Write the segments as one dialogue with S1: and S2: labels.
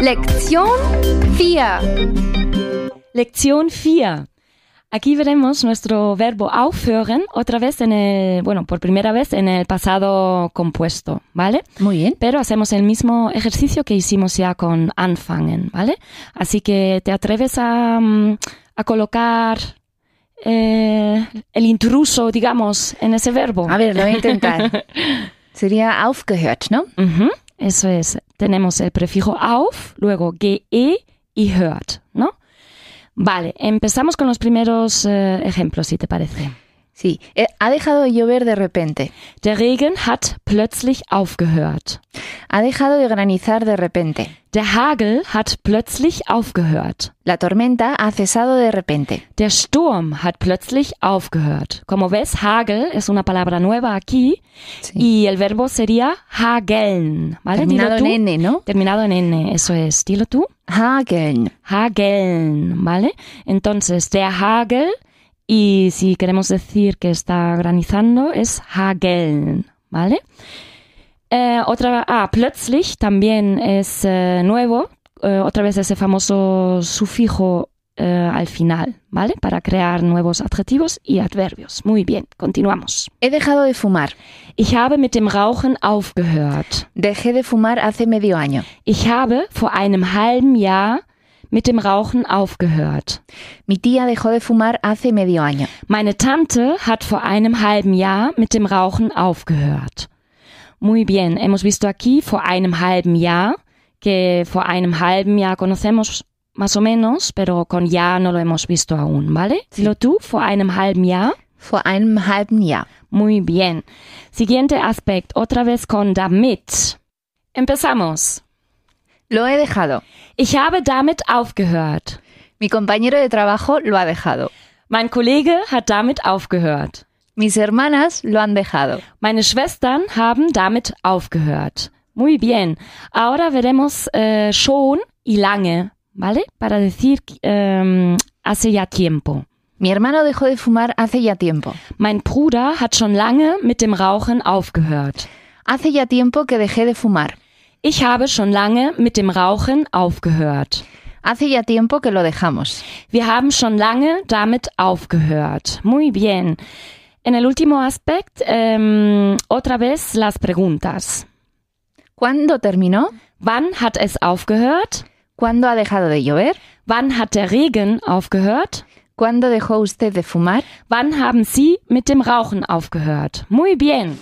S1: Lección 4.
S2: Lección 4. Aquí veremos nuestro verbo aufhören otra vez en el, bueno, por primera vez en el pasado compuesto, ¿vale?
S3: Muy bien.
S2: Pero hacemos el mismo ejercicio que hicimos ya con anfangen, ¿vale? Así que te atreves a, mm, a colocar eh, el intruso, digamos, en ese verbo.
S3: A ver, lo voy a intentar. Sería aufgehört, ¿no?
S2: Uh -huh. Eso es. Tenemos el prefijo auf, luego ge e y hört, ¿no? Vale, empezamos con los primeros eh, ejemplos, si te parece.
S3: Sí, eh, ha dejado de llover de repente.
S2: Der Regen hat plötzlich aufgehört.
S3: Ha dejado de granizar de repente.
S2: Der Hagel hat plötzlich aufgehört.
S3: La tormenta ha cesado de repente.
S2: Der Sturm hat plötzlich aufgehört. Como ves, Hagel es una palabra nueva aquí sí. y el verbo sería hageln, ¿vale?
S3: Terminado
S2: Dilo
S3: en n, ¿no? Ah,
S2: Terminado en n, eso es. Dilo tú.
S3: Hageln.
S2: Hageln, ¿vale? Entonces, der Hagel y si queremos decir que está granizando, es hageln, ¿vale? Eh, otra, ah, plötzlich también es eh, nuevo, eh, otra vez ese famoso sufijo eh, al final, ¿vale? Para crear nuevos adjetivos y adverbios. Muy bien, continuamos.
S3: He dejado de fumar.
S2: Ich habe mit dem Rauchen aufgehört.
S3: Dejé de fumar hace medio año.
S2: Ich habe vor einem halben Jahr mit dem Rauchen aufgehört.
S3: Mi tía dejó de fumar hace medio año.
S2: Meine Tante hat vor einem halben Jahr mit dem Rauchen aufgehört. Muy bien, hemos visto aquí vor einem halben Jahr, que vor einem halben Jahr conocemos más o menos, pero con ya no lo hemos visto aún, ¿vale? Sí. Dilo tú, vor einem halben Jahr.
S3: Vor einem halben Jahr.
S2: Muy bien. Siguiente aspecto, otra vez con damit. Empezamos.
S3: Lo he dejado.
S2: Ich habe damit aufgehört.
S3: Mi compañero de trabajo lo ha dejado.
S2: Mein Kollege hat damit aufgehört.
S3: Mis hermanas lo han dejado.
S2: Meine Schwestern haben damit aufgehört. Muy bien. Ahora veremos eh, schon y lange, ¿vale? Para decir eh, hace ya tiempo.
S3: Mi hermano dejó de fumar hace ya tiempo.
S2: Mein Bruder hat schon lange mit dem Rauchen aufgehört.
S3: Hace ya tiempo que dejé de fumar.
S2: Ich habe schon lange mit dem Rauchen aufgehört.
S3: Hace ya tiempo que lo dejamos.
S2: Wir haben schon lange damit aufgehört. Muy bien. En el último aspecto, ähm, otra vez las preguntas.
S3: ¿Cuándo terminó?
S2: Wann hat es aufgehört?
S3: ¿Cuándo ha dejado de llover?
S2: Wann hat der Regen aufgehört?
S3: ¿Cuándo dejó usted de fumar?
S2: Wann haben Sie mit dem Rauchen aufgehört? Muy bien.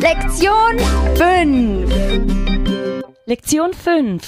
S1: Lección 5.
S2: Lección 5.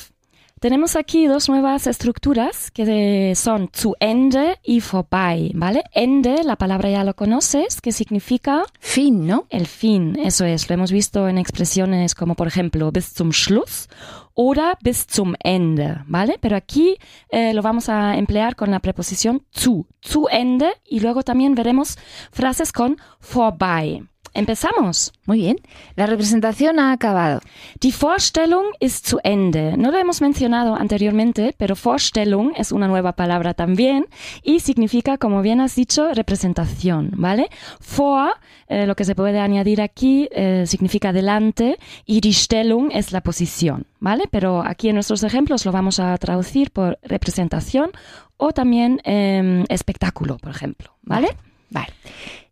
S2: Tenemos aquí dos nuevas estructuras que son zu Ende y vorbei, ¿vale? Ende, la palabra ya lo conoces, que significa...
S3: Fin, ¿no?
S2: El fin, eso es. Lo hemos visto en expresiones como, por ejemplo, bis zum Schluss oder bis zum Ende, ¿vale? Pero aquí eh, lo vamos a emplear con la preposición zu, zu Ende, y luego también veremos frases con vorbei. Empezamos.
S3: Muy bien. La representación ha acabado.
S2: Die Vorstellung ist zu Ende. No lo hemos mencionado anteriormente, pero Vorstellung es una nueva palabra también y significa, como bien has dicho, representación, ¿vale? Vor, eh, lo que se puede añadir aquí, eh, significa delante y die Stellung es la posición, ¿vale? Pero aquí en nuestros ejemplos lo vamos a traducir por representación o también eh, espectáculo, por ejemplo, ¿vale?
S3: Vale.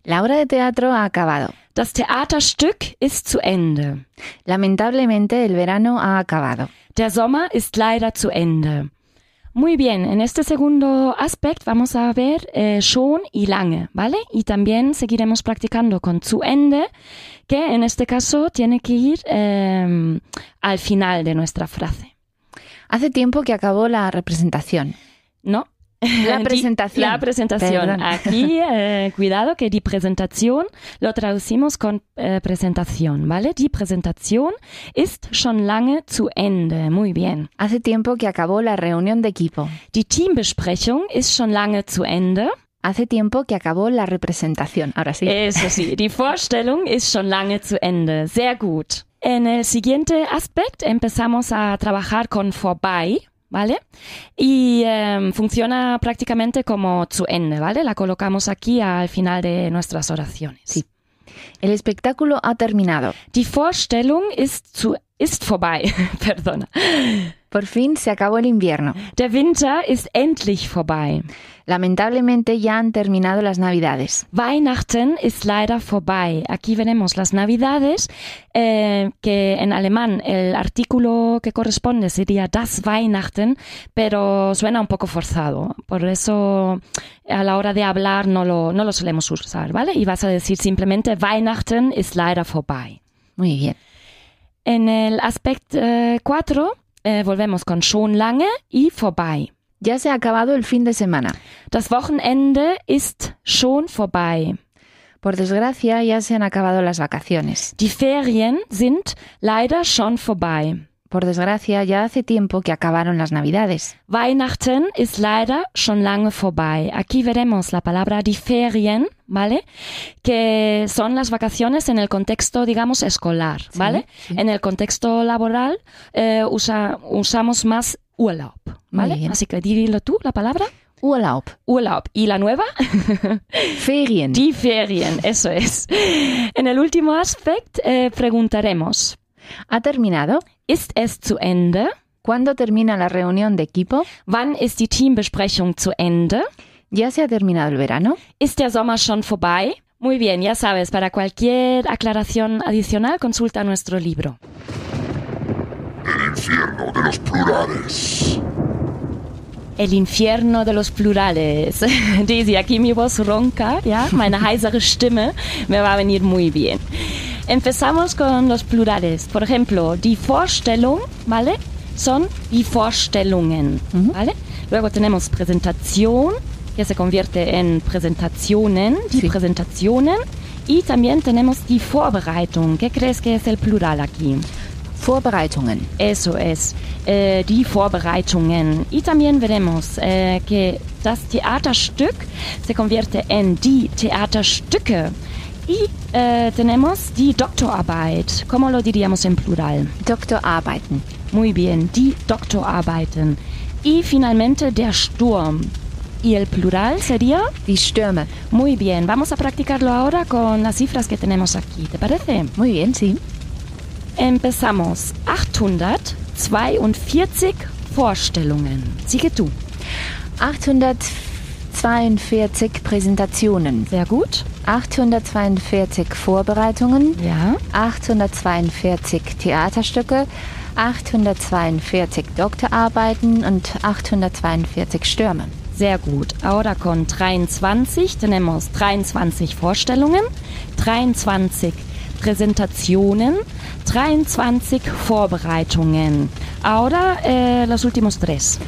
S3: La obra de teatro ha acabado.
S2: Das Theaterstück ist zu Ende.
S3: Lamentablemente el verano ha acabado.
S2: Der Sommer ist leider zu Ende. Muy bien, en este segundo aspecto vamos a ver eh, schon y lange, ¿vale? Y también seguiremos practicando con zu Ende, que en este caso tiene que ir eh, al final de nuestra frase.
S3: Hace tiempo que acabó la representación.
S2: No,
S3: la presentación.
S2: La presentación. Perdón. Aquí, eh, cuidado que die Präsentation lo traducimos con eh, presentación, ¿vale? Die Präsentation ist schon lange zu Ende. Muy bien.
S3: Hace tiempo que acabó la reunión de equipo.
S2: Die Teambesprechung ist schon lange zu Ende.
S3: Hace tiempo que acabó la representación. Ahora sí.
S2: Eso sí. Äh, Die Vorstellung ist schon lange zu Ende. Sehr gut. En el siguiente aspecto empezamos a trabajar con vorbei, ¿vale? Y eh, funciona prácticamente como zu Ende, ¿vale? La colocamos aquí al final de nuestras oraciones.
S3: Sí. El espectáculo ha terminado.
S2: Die Vorstellung ist zu ist vorbei. Perdona.
S3: Por fin se acabó el invierno.
S2: Der Winter ist endlich vorbei.
S3: Lamentablemente ya han terminado las navidades.
S2: Weihnachten ist leider vorbei. Aquí veremos las Navidades, eh, que en alemán el artículo que corresponde sería das Weihnachten, pero suena un poco forzado. Por eso a la hora de hablar no lo, no lo solemos usar, ¿vale? Y vas a decir simplemente Weihnachten ist leider vorbei.
S3: Muy bien.
S2: En el aspecto 4 eh, volvemos con schon lange y vorbei.
S3: Ya se ha acabado el fin de semana.
S2: Das Wochenende ist schon vorbei.
S3: Por desgracia, ya se han acabado las vacaciones.
S2: Die Ferien sind leider schon vorbei.
S3: Por desgracia, ya hace tiempo que acabaron las navidades.
S2: Weihnachten ist leider schon lange vorbei. Aquí veremos la palabra die Ferien, ¿vale? Que son las vacaciones en el contexto, digamos, escolar, ¿vale? Eh,
S3: sí.
S2: En el contexto laboral eh, usa- usamos más Urlaub,
S3: Muy
S2: ¿vale?
S3: bien.
S2: Así que dilo tú, la palabra
S3: Urlaub.
S2: Urlaub. ¿Y la nueva?
S3: Ferien.
S2: Die Ferien, eso es. En el último aspecto eh, preguntaremos,
S3: ¿Ha terminado?
S2: ¿ist es zu Ende?
S3: ¿Cuándo termina la reunión de equipo?
S2: Wann ist die Teambesprechung zu Ende?
S3: ¿Ya se ha terminado el verano?
S2: ¿Ist der Sommer schon vorbei? Muy bien, ya sabes, para cualquier aclaración adicional consulta nuestro libro.
S4: El infierno de los plurales.
S2: El infierno de los plurales. Daisy, aquí mi voz ronca, ya, meine heisere Stimme me va a venir muy bien. Empezamos con los plurales. Por ejemplo, die Vorstellung, ¿vale? Son die Vorstellungen, ¿vale? Luego tenemos Präsentation, que se convierte en Präsentationen, die
S3: Sí.
S2: Präsentationen. Y también tenemos die Vorbereitung. ¿Qué crees que es el plural aquí?
S3: Vorbereitungen.
S2: Eso es. Äh, die Vorbereitungen. Y también veremos äh, que das Theaterstück se convierte en die Theaterstücke. Y äh, tenemos die Doktorarbeit. ¿Cómo lo diríamos en plural?
S3: Doktorarbeiten.
S2: Muy bien, die Doktorarbeiten. Y finalmente der Sturm. Y el plural sería.
S3: Die Stürme.
S2: Muy bien, vamos a practicarlo ahora con las cifras que tenemos aquí. ¿Te parece?
S3: Muy bien, sí.
S2: Empezamos 842 Vorstellungen. Sigue tú.
S3: 842 Präsentationen.
S2: Sehr gut.
S3: 842 Vorbereitungen.
S2: Ja.
S3: 842 Theaterstücke, 842 Doktorarbeiten und 842 Stürme.
S2: Sehr gut. Ahora con 23 tenemos 23 Vorstellungen, 23 Präsentationen, 23 Vorbereitungen. Ahora eh, los últimos tres.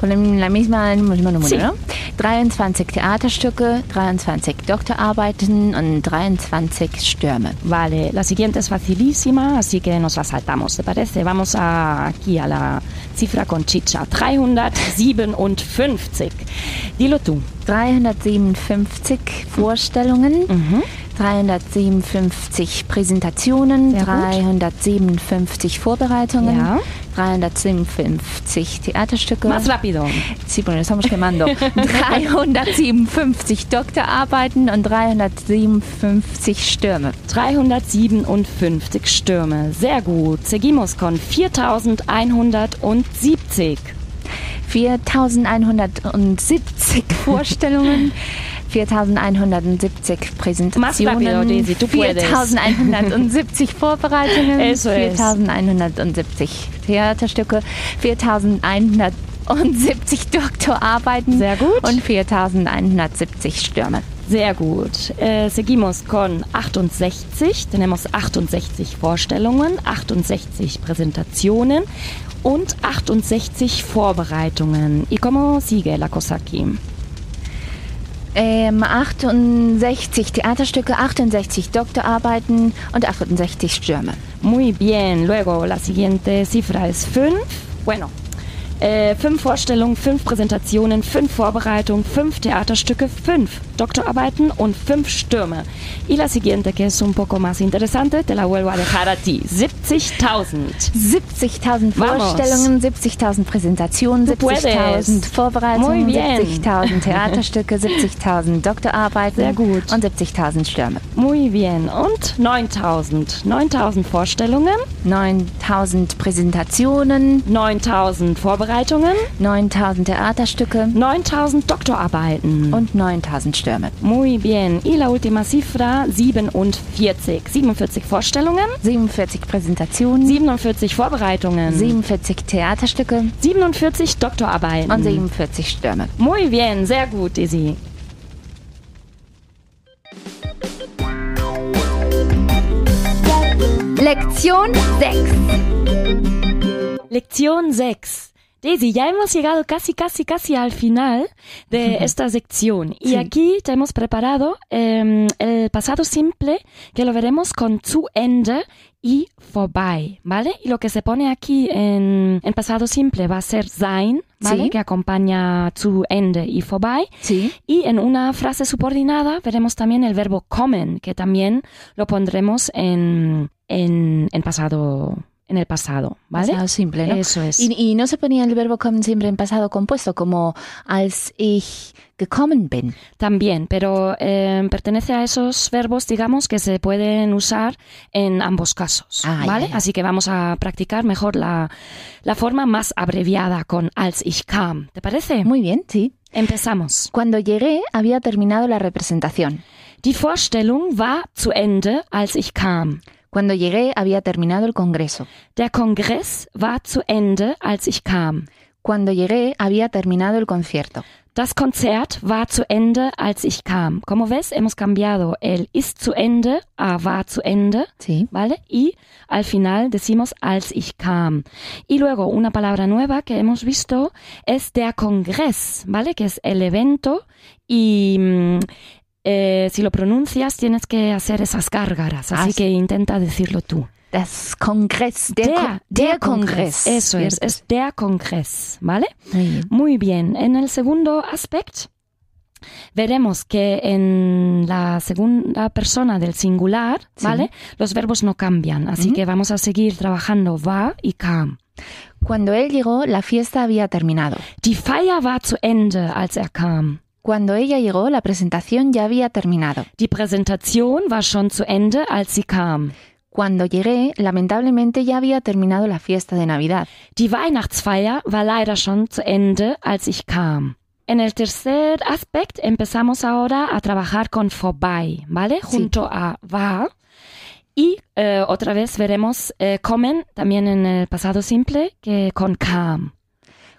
S3: Con el- la misma, el mismo número,
S2: Sí.
S3: ¿no? 23 Theaterstücke, 23 Doktorarbeiten und 23 Stürme.
S2: Vale, la siguiente es facilísima, así que nos la saltamos, ¿te parece? Vamos a, aquí a la cifra con chicha. 357. Dilo tú.
S3: 357 Vorstellungen,
S2: Mhm.
S3: 357 Präsentationen,
S2: Sehr gut.
S3: 357 Vorbereitungen,
S2: Ja.
S3: 357 Theaterstücke.
S2: Más rápido.
S3: Sí, bueno, estamos quemando. 357 Doktorarbeiten und 357 Stürme.
S2: 357 Stürme. Sehr gut. Seguimos con 4170.
S3: 4170 Vorstellungen. 4170
S2: Más rápido,
S3: Präsentationen.
S2: Daisy, tú puedes.
S3: 4170 Vorbereitungen.
S2: Eso es.
S3: 4170 Theaterstücke. 4170 Doktorarbeiten.
S2: Sehr gut.
S3: Und 4170 Stürme.
S2: Sehr gut. Eh, seguimos con 68. Tenemos 68 Vorstellungen, 68 Präsentationen und 68 Vorbereitungen. ¿Y cómo sigue la cosa aquí?
S3: Ähm, 68 Theaterstücke, 68 Doktorarbeiten und 68 Stürme.
S2: Muy bien. Luego, la siguiente cifra es 5. Bueno, äh, fünf Vorstellungen, fünf Präsentationen, fünf Vorbereitungen, fünf Theaterstücke, fünf Doktorarbeiten und fünf Stürme. Y la siguiente, que es un poco más interesante, te la vuelvo a dejar a ti. 70.000.
S3: 70.000
S2: Vamos.
S3: Vorstellungen, 70.000 Präsentationen,
S2: Du puedes.
S3: 70.000 Vorbereitungen,
S2: Muy bien.
S3: 70.000 Theaterstücke, 70.000 Doktorarbeiten
S2: Sehr gut.
S3: und 70.000 Stürme.
S2: Muy bien. Und 9.000. 9.000 Vorstellungen,
S3: 9.000 Präsentationen,
S2: 9.000 Vorbereitungen,
S3: 9.000 Theaterstücke
S2: 9.000 Doktorarbeiten.
S3: und 9.000 Stürme.
S2: Muy bien. Y la última cifra, 47. 47 Vorstellungen,
S3: 47 Präsentationen,
S2: 47 Vorbereitungen,
S3: 47 Theaterstücke
S2: 47 Doktorarbeiten.
S3: und 47 Stürme.
S2: Muy bien, sehr gut, Izzy.
S5: Lección 6.
S2: Lección 6. Daisy, ya hemos llegado casi, casi, casi al final de esta sección. Y aquí te hemos preparado eh, el pasado simple, que lo veremos con zu Ende y vorbei, ¿vale? Y lo que se pone aquí en, en pasado simple va a ser sein, ¿vale?
S3: Sí.
S2: Que acompaña zu Ende y vorbei.
S3: Sí.
S2: Y en una frase subordinada veremos también el verbo kommen, que también lo pondremos en, en, en pasado, en el pasado, ¿vale?
S3: Pasado simple, ¿no?
S2: Eso es.
S3: Y, y no se ponía el verbo kommen siempre en pasado compuesto, como als ich gekommen bin.
S2: También, pero eh, pertenece a esos verbos, digamos, que se pueden usar en ambos casos,
S3: Ah, ya,
S2: ¿vale?
S3: ya.
S2: Así que vamos a practicar mejor la, la forma más abreviada con als ich kam. ¿Te parece?
S3: Muy bien, sí.
S2: Empezamos.
S3: Cuando llegué había terminado la representación.
S2: Die Vorstellung war zu Ende, als ich kam.
S3: Cuando llegué había terminado el congreso.
S2: Der Kongress war zu Ende, als ich kam.
S3: Cuando llegué había terminado el concierto.
S2: Das Konzert war zu Ende, als ich kam. Como ves, hemos cambiado el ist zu Ende a war zu Ende.
S3: Sí.
S2: ¿vale? Y al final decimos als ich kam. Y luego una palabra nueva que hemos visto es der Kongress, ¿vale? Que es el evento y mm, eh, si lo pronuncias tienes que hacer esas gárgaras, así
S3: Ah,
S2: que intenta decirlo tú.
S3: Das Kongress. Der, Kon- der Kongress.
S2: Eso es, es der Kongress, ¿vale?
S3: Muy bien.
S2: Muy bien. En el segundo aspecto, veremos que en la segunda persona del singular,
S3: Sí.
S2: ¿vale? Los verbos no cambian, así que vamos a seguir trabajando va y kam.
S3: Cuando él llegó, la fiesta había terminado.
S2: Die Feier war zu Ende, als er kam.
S3: Cuando ella llegó, la presentación ya había terminado.
S2: Die Präsentation war schon zu Ende, als sie kam.
S3: Cuando llegué, lamentablemente ya había terminado la fiesta de Navidad.
S2: Die Weihnachtsfeier war leider schon zu Ende, als ich kam. En el tercer aspecto empezamos ahora a trabajar con vorbei, ¿vale? Junto a war. Y eh, otra vez veremos eh, kommen, también en el pasado simple, que con kam.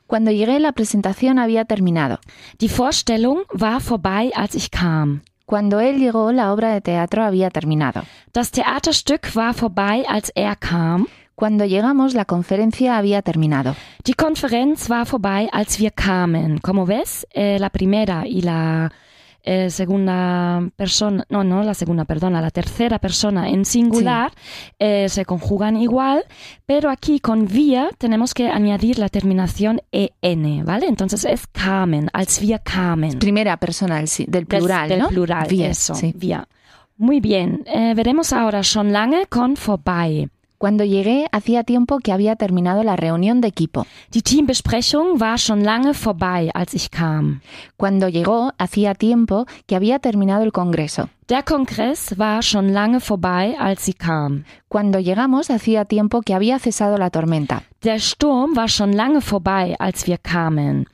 S3: Cuando llegué, la presentación había terminado.
S2: Die Vorstellung war vorbei, als ich kam.
S3: Cuando él llegó, la obra de teatro había terminado.
S2: Das Theaterstück war vorbei, als er kam.
S3: Cuando llegamos, la conferencia había terminado.
S2: Die Konferenz war vorbei, als wir kamen. Como ves, eh, la primera y la eh, segunda persona, no, no la segunda, perdona, la tercera persona en singular eh, se conjugan igual, pero aquí con wir tenemos que añadir la terminación en, ¿vale? Entonces es kamen, als wir kamen.
S3: Primera persona del, si- del
S2: Del-
S3: plural,
S2: del
S3: ¿no?
S2: plural,
S3: Wir,
S2: eso,
S3: sí.
S2: wir. Muy bien, eh, veremos ahora schon lange con vorbei.
S3: Cuando llegué, hacía tiempo que había terminado la reunión de equipo.
S2: Die Teambesprechung war schon lange vorbei, als ich kam.
S3: Cuando llegó, hacía tiempo que había terminado el congreso.
S2: Der Kongress war schon lange vorbei, als sie kam.
S3: Cuando llegamos, hacía tiempo que había cesado la tormenta.
S2: Der Sturm war schon lange vorbei, als wir kamen.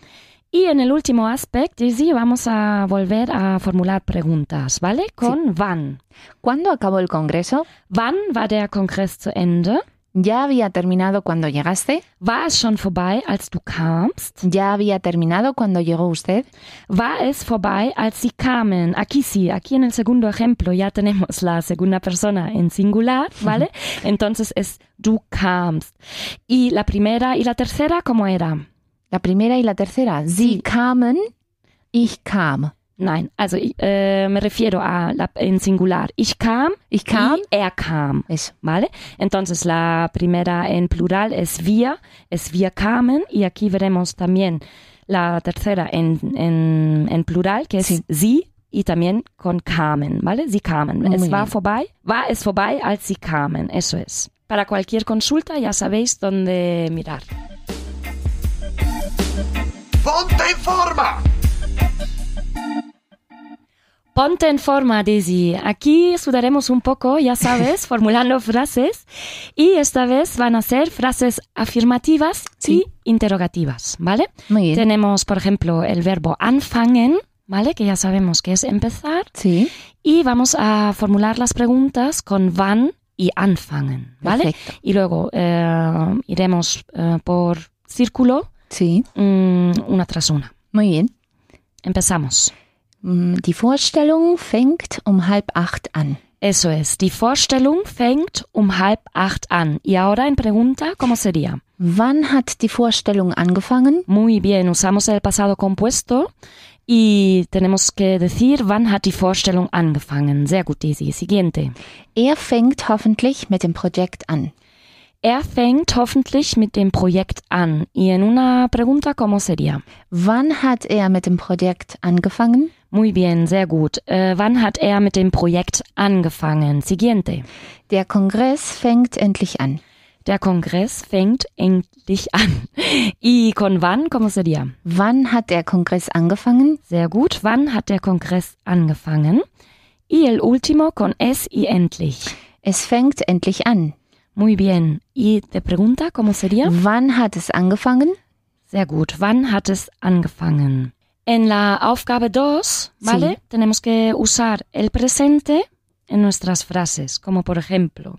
S2: Y en el último aspecto, Izzy, vamos a volver a formular preguntas, ¿vale? Con wann.
S3: ¿Cuándo acabó el congreso?
S2: Wann war der Kongress zu Ende?
S3: ¿Ya había terminado cuando llegaste?
S2: War es schon vorbei, als du kamst?
S3: ¿Ya había terminado cuando llegó usted?
S2: War es vorbei, als sie kamen? Aquí sí, aquí en el segundo ejemplo ya tenemos la segunda persona en singular, ¿vale? Entonces es du kamst. Y la primera y la tercera, ¿cómo era?
S3: La primera y la tercera. Sie kamen, ich kam.
S2: Nein, also ich, äh, me refiero a la, en singular. Ich kam,
S3: Ich kam.
S2: y er kam,
S3: Eso.
S2: ¿vale? Entonces la primera en plural es wir, es wir kamen y aquí veremos también la tercera en, en, en plural que es
S3: Sí.
S2: sie y también con kamen, ¿vale? Sie kamen.
S3: Muy
S2: es va
S3: bien.
S2: vorbei, va es vorbei als sie kamen, eso es. Para cualquier consulta ya sabéis dónde mirar.
S6: ¡Ponte en forma!
S2: Ponte en forma, Daisy. Aquí sudaremos un poco, ya sabes, formulando frases. Y esta vez van a ser frases afirmativas
S3: Sí.
S2: y interrogativas, ¿vale?
S3: Muy bien.
S2: Tenemos, por ejemplo, el verbo anfangen, ¿vale? Que ya sabemos que es empezar.
S3: Sí.
S2: Y vamos a formular las preguntas con van y anfangen, ¿vale?
S3: Perfecto.
S2: Y luego eh, iremos eh, por círculo,
S3: Sí.
S2: mm, una tras una.
S3: Muy bien.
S2: Empezamos.
S3: Mm, Die Vorstellung fängt um halb acht an.
S2: Eso es, die Vorstellung fängt um halb acht an. Y ahora en pregunta, ¿cómo sería?
S3: Wann hat die Vorstellung angefangen?
S2: Muy bien, usamos el pasado compuesto y tenemos que decir, wann hat die Vorstellung angefangen? Sehr gut, Daisy. Siguiente.
S3: Er fängt hoffentlich mit dem Projekt an.
S2: Er fängt hoffentlich mit dem Projekt an. Y en una pregunta, ¿cómo sería?
S3: Wann hat er mit dem Projekt angefangen?
S2: Muy bien, sehr gut. Äh, wann hat er mit dem Projekt angefangen? Siguiente.
S3: Der Kongress fängt endlich an.
S2: Der Kongress fängt endlich an. Y con wann, ¿cómo sería?
S3: Wann hat der Kongress angefangen?
S2: Sehr gut. Wann hat der Kongress angefangen? Y el último con es y endlich.
S3: Es fängt endlich an.
S2: Muy bien. Y te pregunta, ¿cómo sería?
S3: Wann hat es angefangen?
S2: Sehr gut. Wann hat es angefangen? En la Aufgabe 2, ¿vale?
S3: Sí.
S2: Tenemos que usar el presente en nuestras frases, como por ejemplo,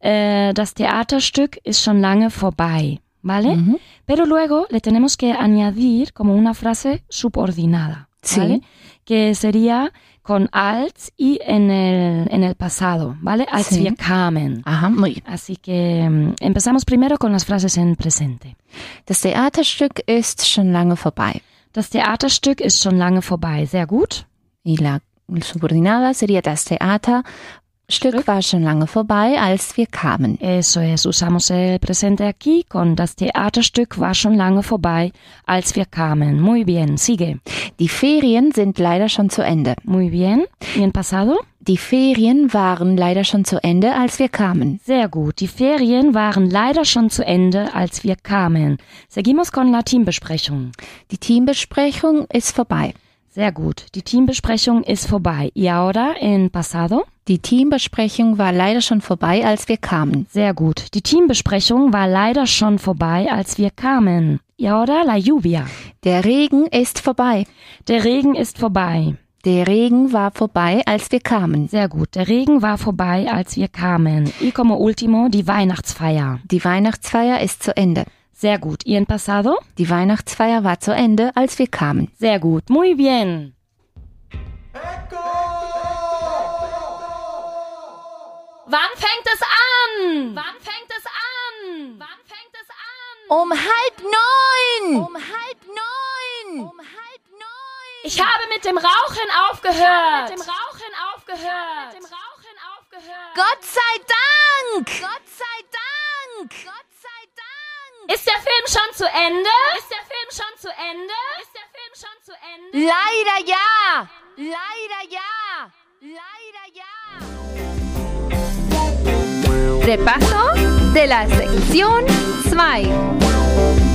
S2: eh, das Theaterstück ist schon lange vorbei, ¿vale?
S3: Mhm.
S2: Pero luego le tenemos que añadir como una frase subordinada,
S3: Sí.
S2: ¿vale? Que sería con als y en el, en el pasado, ¿vale? Als
S3: Sí.
S2: wir kamen.
S3: Aha, muy. bien.
S2: Así que mm, empezamos primero con las frases en presente.
S3: Das Theaterstück ist schon lange vorbei.
S2: Das Theaterstück ist schon lange vorbei. Sehr gut.
S3: Y la subordinada sería das Theaterstück war schon lange vorbei, als wir kamen.
S2: Eso es. Usamos el presente aquí con das Theaterstück war schon lange vorbei, als wir kamen. Muy bien. Sigue.
S3: Die Ferien sind leider schon zu Ende.
S2: Muy bien. Y en pasado?
S3: Die Ferien waren leider schon zu Ende, als wir kamen.
S2: Sehr gut. Die Ferien waren leider schon zu Ende, als wir kamen. Seguimos con la Teambesprechung.
S3: Die Teambesprechung ist vorbei.
S2: Sehr gut. Die Teambesprechung ist vorbei. Y ahora en pasado?
S3: Die Teambesprechung war leider schon vorbei, als wir kamen.
S2: Sehr gut. Die Teambesprechung war leider schon vorbei, als wir kamen. Y ahora la lluvia.
S3: Der Regen ist vorbei.
S2: Der Regen ist vorbei.
S3: Der Regen war vorbei, als wir kamen.
S2: Sehr gut. Der Regen war vorbei, als wir kamen. Y como último, die Weihnachtsfeier.
S3: Die Weihnachtsfeier ist zu Ende.
S2: Sehr gut. Y en pasado?
S3: Die Weihnachtsfeier war zu Ende, als wir kamen.
S2: Sehr gut. Muy bien.
S7: Wann fängt es an? Wann fängt es an? Wann fängt es an?
S3: Um halb neun! Um halb neun! Um halb neun!
S7: Ich habe mit dem Rauchen aufgehört. Ich habe mit dem Rauchen aufgehört. mit dem Rauchen aufgehört.
S3: Gott sei Dank! Gott sei Dank! Gott sei Dank!
S7: Ist der Film schon zu Ende? Ist der Film schon zu Ende? Ist der Film schon zu Ende?
S3: Leider ja! Leider ja! Leider ja!
S7: Repaso de la sección 2.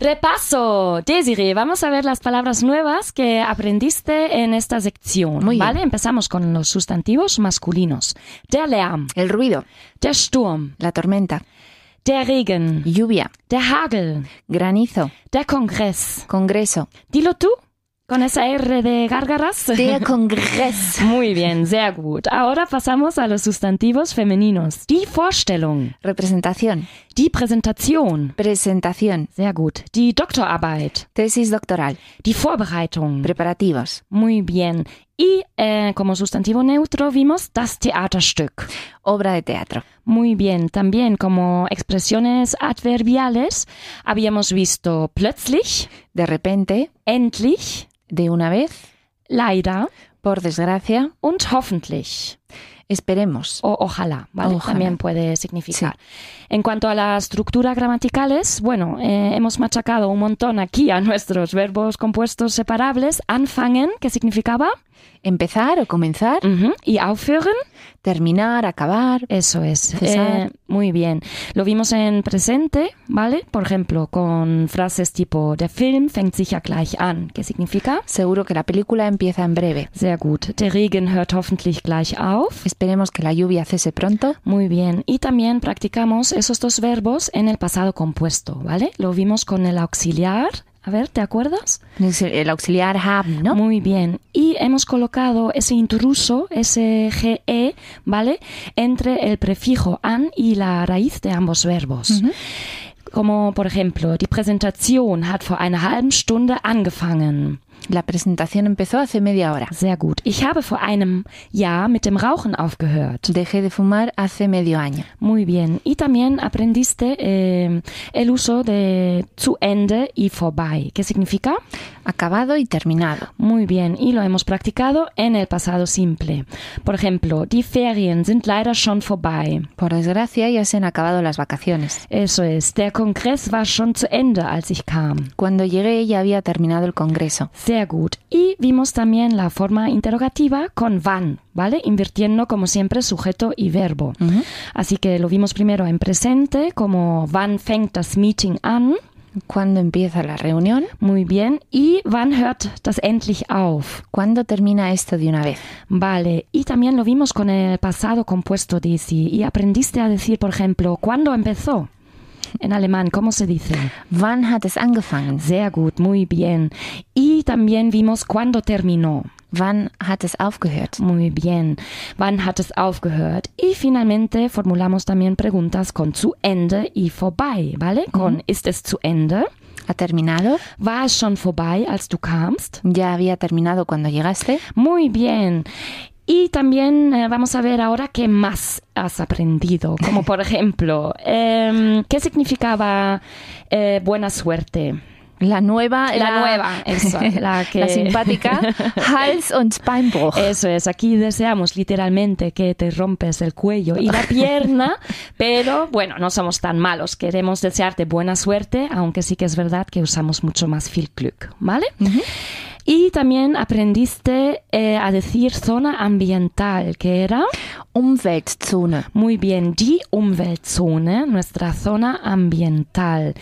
S2: Repaso. Desiree, vamos a ver las palabras nuevas que aprendiste en esta sección.
S3: Muy bien.
S2: ¿Vale? Empezamos con los sustantivos masculinos. Der Lärm,
S3: El ruido,
S2: der Sturm,
S3: la tormenta,
S2: der Regen,
S3: lluvia,
S2: der Hagel,
S3: granizo,
S2: der Kongress.
S3: congreso,
S2: Dilo tú, con esa R de gárgaras.
S3: der Kongress,
S2: Muy bien, sehr gut. Ahora pasamos a los sustantivos femeninos. Die Vorstellung,
S3: Representación,
S2: die Präsentation.
S3: presentación,
S2: Sehr gut. Die Doktorarbeit,
S3: tesis doctoral,
S2: die Vorbereitung.
S3: preparativos,
S2: Muy bien. Y eh, como sustantivo neutro vimos das Theaterstück.
S3: obra de teatro,
S2: Muy bien. También como expresiones adverbiales habíamos visto plötzlich,
S3: de repente,
S2: endlich,
S3: de una vez,
S2: leider
S3: por desgracia,
S2: und hoffentlich.
S3: Esperemos.
S2: O ojalá, ¿vale?
S3: Ojalá.
S2: También puede significar. En cuanto a la estructura gramaticales, bueno, eh, hemos machacado un montón aquí a nuestros verbos compuestos separables. Anfangen, que significaba,
S3: Empezar o comenzar,
S2: ujú, y aufhören,
S3: terminar, acabar.
S2: eso es.
S3: Cesar.
S2: Eh, muy bien. Lo vimos en presente, ¿vale? Por ejemplo, con frases tipo, der Film fängt sicher gleich an, que significa,
S3: Seguro que la película empieza en breve.
S2: sehr gut, der Regen hört hoffentlich gleich auf.
S3: Esperemos que la lluvia cese pronto.
S2: Muy bien. Y también practicamos esos dos verbos en el pasado compuesto, ¿vale? Lo vimos con el auxiliar. A ver, ¿te acuerdas?
S3: El auxiliar haben, ¿no?
S2: Muy bien. Y hemos colocado ese intruso, ese GE, ¿vale? Entre el prefijo an y la raíz de ambos verbos. Como, por ejemplo, die Präsentation hat vor einer halben Stunde angefangen.
S3: La presentación empezó hace media hora.
S2: Sehr gut. Ich habe vor einem Jahr mit dem Rauchen aufgehört.
S3: Dejé de fumar hace medio año.
S2: Muy bien. Y también aprendiste eh, el uso de zu Ende y vorbei. ¿Qué significa?
S3: Acabado y terminado.
S2: Muy bien. Y lo hemos practicado en el pasado simple. Por ejemplo, die Ferien sind leider schon vorbei.
S3: Por desgracia ya se han acabado las vacaciones.
S2: Eso es. Der Kongress war schon zu Ende, als ich kam.
S3: Cuando llegué ya había terminado el congreso.
S2: Sehr gut. Y vimos también la forma interrogativa con van, ¿vale? Invirtiendo como siempre sujeto y verbo.
S3: Mm.
S2: Así que lo vimos primero en presente como wann fängt das Meeting an.
S3: ¿Cuándo empieza la reunión?
S2: Muy bien. ¿Y wann hört das endlich auf?
S3: ¿Cuándo termina esto de una vez?
S2: Vale. Y también lo vimos con el pasado compuesto de sí. Y aprendiste a decir, por ejemplo, ¿cuándo empezó? En alemán, ¿cómo se dice?
S3: Wann hat es angefangen?
S2: Sehr gut, muy bien. Y también vimos cuándo terminó.
S3: Wann hat es aufgehört?
S2: Muy bien. Wann hat es aufgehört? Y finalmente formulamos también preguntas con zu Ende y vorbei, ¿vale? Con ist es zu Ende?
S3: ¿Ha terminado?
S2: War es schon vorbei, als du kamst?
S3: ¿Ya había terminado cuando llegaste?
S2: Muy bien. Y también eh, vamos a ver ahora qué más has aprendido. Como por ejemplo, em, ¿qué significaba eh, buena suerte?
S3: La nueva,
S2: La nueva, eso, la que-
S3: la simpática Hals und Beinbruch.
S2: Eso es, aquí deseamos literalmente que te rompes el cuello y la pierna, pero bueno, no somos tan malos. Queremos desearte buena suerte, aunque sí que es verdad que usamos mucho más viel Glück, ¿vale? Y también aprendiste eh, a decir zona ambiental, que era
S3: Umweltzone.
S2: muy bien die Umweltzone, nuestra zona ambiental.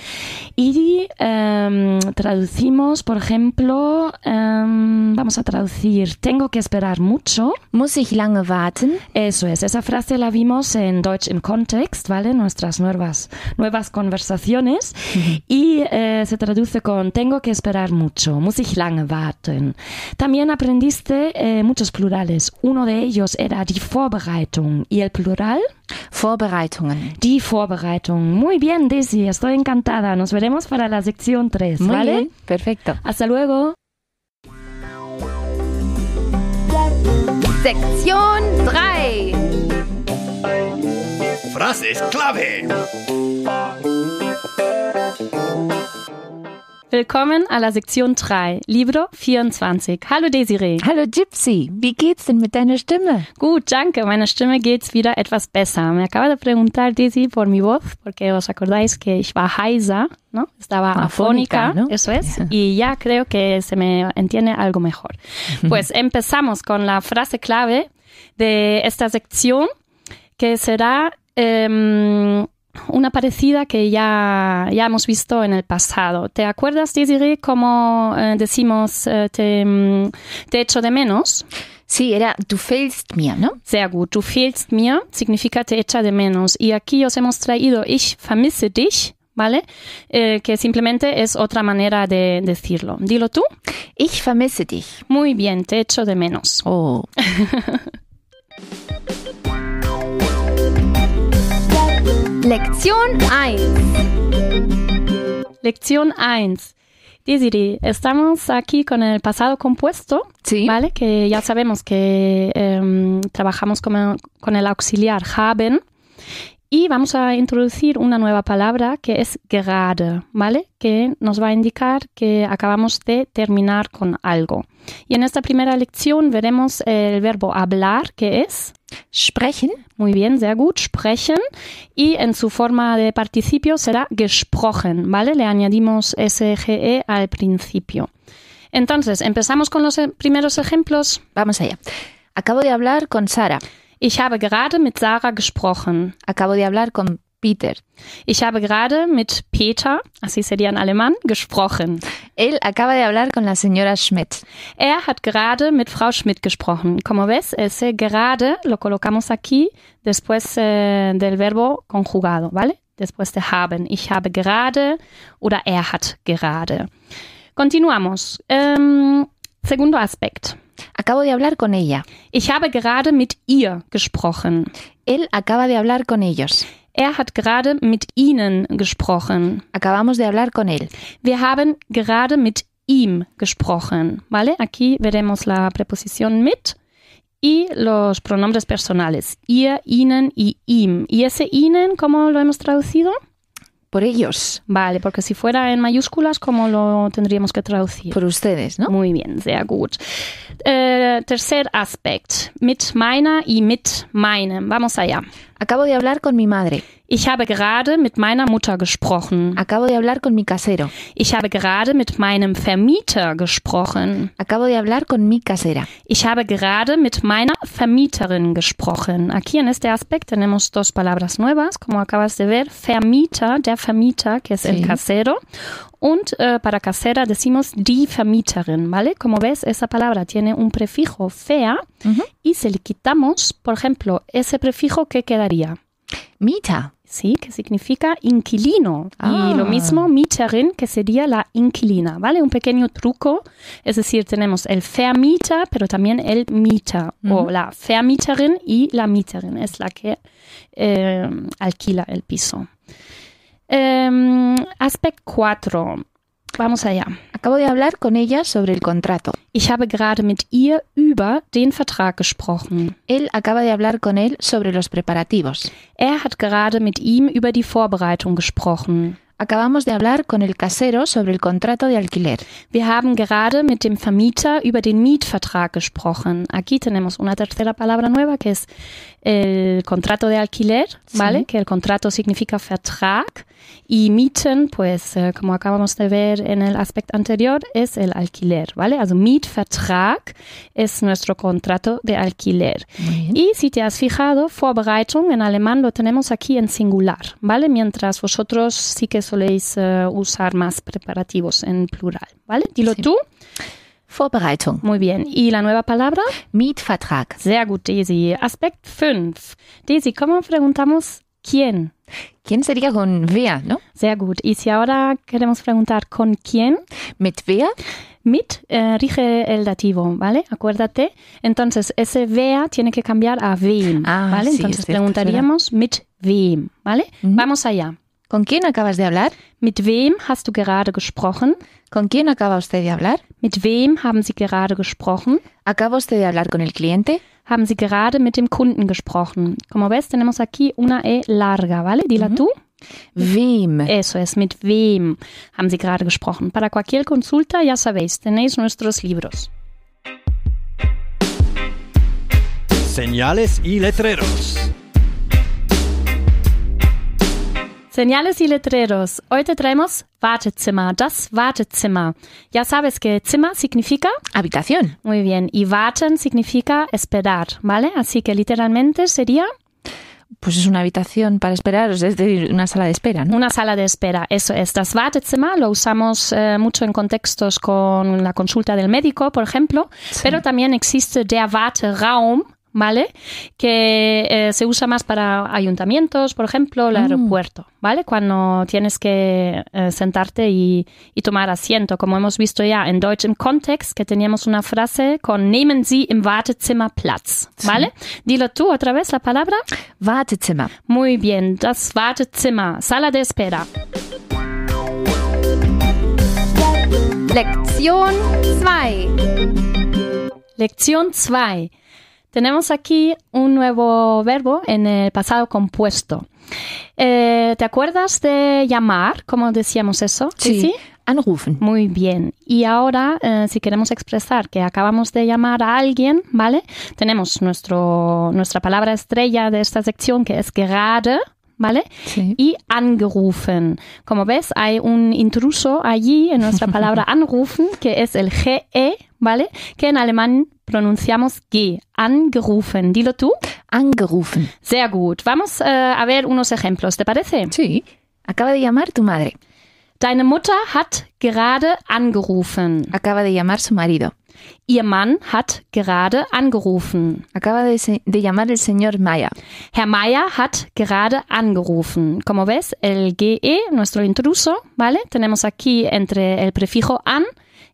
S2: Y em, traducimos, por ejemplo, em, vamos a traducir, tengo que esperar mucho.
S3: Muss ich lange warten?
S2: Eso es, esa frase la vimos en Deutsch im Kontext, ¿vale? Nuestras nuevas, nuevas conversaciones. Y eh, se traduce con tengo que esperar mucho, muss ich lange warten. También aprendiste eh, muchos plurales. Uno de ellos era die Vorbereitung. ¿Y el plural?
S3: Vorbereitungen.
S2: Die Vorbereitung. Muy bien, Daisy, estoy encantada. Nos veremos para la sección 3,
S3: Muy
S2: ¿vale?
S3: bien, perfecto.
S2: Hasta luego.
S8: Sektion 3.
S6: Frases clave.
S9: Willkommen à la Sektion 3, Libro 24. Hallo Desiree.
S3: Hallo Gypsy, wie geht's denn mit deiner Stimme?
S9: Gut, danke. Meiner Stimme geht's wieder etwas besser. Me acaba de preguntar Dizzy por mi voz, porque os acordáis que ich war heiser, ¿no? Estaba
S3: Afónica,
S9: afónica,
S3: ¿no?
S9: eso es. Y ya creo que se me entiende algo mejor. Pues empezamos con la frase clave de esta sección, que será em, una parecida que ya, ya hemos visto en el pasado. ¿Te acuerdas, Desiree, cómo eh, decimos eh, te, mm, te echo de menos?
S3: Sí, era du fehlst mir, ¿no?
S9: Sehr gut. Du fehlst mir significa te echa de menos. Y aquí os hemos traído ich vermisse dich, ¿vale? Eh, que simplemente es otra manera de decirlo. Dilo tú.
S3: Ich vermisse dich.
S9: Muy bien, te echo de menos.
S3: Oh.
S8: Lektion 1.
S9: Lección 1. Desiree, estamos aquí con el pasado compuesto,
S3: Sí.
S9: ¿vale? Que ya sabemos que em, trabajamos con, con el auxiliar haben.
S2: Y vamos a introducir una nueva palabra que es gerade, ¿vale? Que nos va a indicar que acabamos de terminar con algo. Y en esta primera lección veremos el verbo hablar, que es
S3: Sprechen?
S2: muy bien, sehr gut, sprechen. Y en su forma de participio será gesprochen, ¿vale? Le añadimos SGE al principio. Entonces, empezamos con los eh, primeros ejemplos.
S3: Vamos allá. Acabo de hablar con Sara.
S2: Ich habe gerade mit Sarah gesprochen.
S3: Acabo de hablar con Peter.
S2: Ich habe gerade mit Peter, así sería en alemán, gesprochen.
S3: Él acaba de hablar con la señora Schmidt.
S2: Er hat gerade mit Frau Schmidt gesprochen. Como ves, ese gerade lo colocamos aquí después eh, del verbo conjugado, ¿vale? Después de haben. Ich habe gerade oder er hat gerade. Continuamos. Ähm, segundo aspekt.
S3: Acabo de hablar con ella.
S2: Ich habe gerade mit ihr gesprochen.
S3: Él acaba de hablar con ellos.
S2: Er hat gerade mit ihnen gesprochen.
S3: Acabamos de hablar con él.
S2: Wir haben gerade mit ihm gesprochen, ¿vale? Aquí veremos la preposición mit y los pronombres personales. Ihr, ihnen y ihm. ¿Y ese ihnen cómo lo hemos traducido?
S3: Por ellos.
S2: Vale, porque si fuera en mayúsculas, ¿cómo lo tendríamos que traducir?
S3: Por ustedes, ¿no?
S2: Muy bien, sehr gut. Eh, tercer aspecto, mit meiner y mit meinem. Vamos allá.
S3: Acabo de hablar con mi madre.
S2: Ich habe gerade mit meiner Mutter gesprochen.
S3: Acabo de hablar con mi casero.
S2: Ich habe gerade mit meinem Vermieter gesprochen.
S3: Acabo de hablar con mi casera.
S2: Ich habe gerade mit meiner Vermieterin gesprochen. Aquí en este aspecto tenemos dos palabras nuevas, como acabas de ver, Vermieter, der Vermieter, que es
S3: Sí.
S2: el casero, und eh, para casera decimos die Vermieterin, ¿vale? Como ves, esa palabra tiene un prefijo fea y si le quitamos, por ejemplo, ese prefijo, ¿qué quedaría?
S3: Mita.
S2: Sí, que significa inquilino.
S3: Ah.
S2: Y lo mismo Mieterin, que sería la inquilina, ¿vale? Un pequeño truco. Es decir, tenemos el Vermieter, pero también el Mieter. O la Vermieterin y la Mieterin. Es la que eh, alquila el piso. Em, aspect 4. Vamos allá.
S3: Acabo de hablar con ella sobre el contrato.
S2: Ich habe gerade mit ihr über den Vertrag gesprochen.
S3: Él acaba de hablar con él sobre los preparativos.
S2: Er hat gerade mit ihm über die Vorbereitung gesprochen.
S3: Acabamos de hablar con el casero sobre el contrato de alquiler.
S2: Wir haben gerade mit dem Vermieter über den Mietvertrag gesprochen. Aquí tenemos una tercera palabra nueva que es el contrato de alquiler, ¿vale? Que el contrato significa Vertrag y mieten, pues eh, como acabamos de ver en el aspecto anterior, es el alquiler, ¿vale? Also Mietvertrag es nuestro contrato de alquiler. Y si te has fijado, Vorbereitung en alemán lo tenemos aquí en singular, ¿vale? Mientras vosotros sí que soléis eh, usar más preparativos en plural, ¿vale? Dilo
S3: Sí.
S2: tú.
S3: Vorbereitung.
S2: Muy bien. ¿Y la nueva palabra?
S3: Mietvertrag.
S2: Sehr gut, Daisy. Aspekt 5. Daisy, ¿cómo preguntamos quién?
S3: ¿Quién sería con Vea, no?
S2: Sehr gut. Y si ahora queremos preguntar con quién,
S3: Mit Vea.
S2: mit eh, rige el dativo, ¿vale? Acuérdate. Entonces, ese vea tiene que cambiar a wem,
S3: Ah,
S2: ¿vale?
S3: sí,
S2: Entonces
S3: es cierto, es
S2: preguntaríamos mit wem, ¿vale? Vamos allá.
S3: ¿Con quién acabas de hablar?
S2: Mit wem hast du gerade gesprochen?
S3: ¿Con quién acaba usted de hablar?
S2: Mit wem haben Sie gerade gesprochen?
S3: ¿Acaba usted de hablar con el cliente?
S2: Haben Sie gerade mit dem Kunden gesprochen? Como ves, tenemos aquí una E larga, ¿vale? Dila tú.
S3: Wem.
S2: Eso es, mit wem haben Sie gerade gesprochen? Para cualquier consulta, ya sabéis, tenéis nuestros libros.
S10: Señales y letreros.
S2: Señales y letreros. Hoy te traemos Wartezimmer, das Wartezimmer. Ya sabes que Zimmer significa
S3: Habitación.
S2: muy bien y warten significa esperar, ¿vale? Así que literalmente sería
S3: Pues es una habitación para esperar, es decir, una sala de espera, ¿no?
S2: Una sala de espera, eso es. Das Wartezimmer lo usamos eh, mucho en contextos con la consulta del médico, por ejemplo, pero también existe der Warteraum, ¿vale? Que eh, se usa más para ayuntamientos, por ejemplo, el aeropuerto, ¿vale? Cuando tienes que eh, sentarte y, y tomar asiento, como hemos visto ya en Deutsch im Kontext, que teníamos una frase con nehmen Sie im Wartezimmer Platz, ¿vale? Dilo tú otra vez la palabra.
S3: Wartezimmer.
S2: Muy bien, das Wartezimmer, Sala de Espera.
S8: Lektion 2.
S2: Lección 2. Tenemos aquí un nuevo verbo en el pasado compuesto. Eh, ¿Te acuerdas de llamar, como decíamos eso? Sissi?
S3: Anrufen.
S2: Muy bien. Y ahora, eh, si queremos expresar que acabamos de llamar a alguien, ¿vale? Tenemos nuestro, nuestra palabra estrella de esta sección, que es gerade, ¿vale?
S3: Sí.
S2: Y angerufen. Como ves, hay un intruso allí en nuestra palabra anrufen, que es el GE, ¿vale? Que en alemán pronunciamos G. Angerufen. Dilo tú.
S3: Angerufen.
S2: Sehr gut. Vamos eh, a ver unos ejemplos, ¿te parece?
S3: Sí. Acaba de llamar tu madre.
S2: Deine Mutter hat gerade angerufen.
S3: Acaba de llamar su marido.
S2: Ihr Mann hat gerade angerufen.
S3: Acaba de, se- de llamar el señor Maya.
S2: Herr Meier hat gerade angerufen. Como ves, el GE, nuestro intruso, ¿vale? Tenemos aquí entre el prefijo an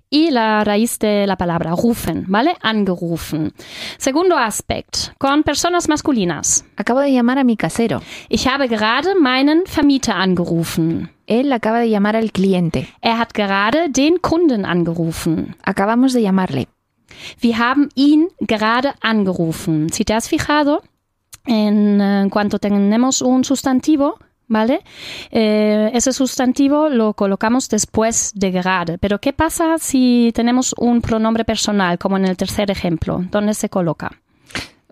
S2: y la raíz de la palabra rufen, ¿vale? Angerufen. Segundo aspecto, con personas masculinas.
S3: Acabo de llamar a mi casero.
S2: Ich habe gerade meinen Vermieter angerufen.
S3: Él acaba de llamar al cliente.
S2: Er hat gerade den Kunden angerufen.
S3: Acabamos de llamarle.
S2: Wir haben ihn gerade angerufen. Si te has fijado, en eh, cuanto tenemos un sustantivo, ¿vale? Eh, ese sustantivo lo colocamos después de gerade. Pero ¿qué pasa si tenemos un pronombre personal, como en el tercer ejemplo? ¿Dónde se coloca?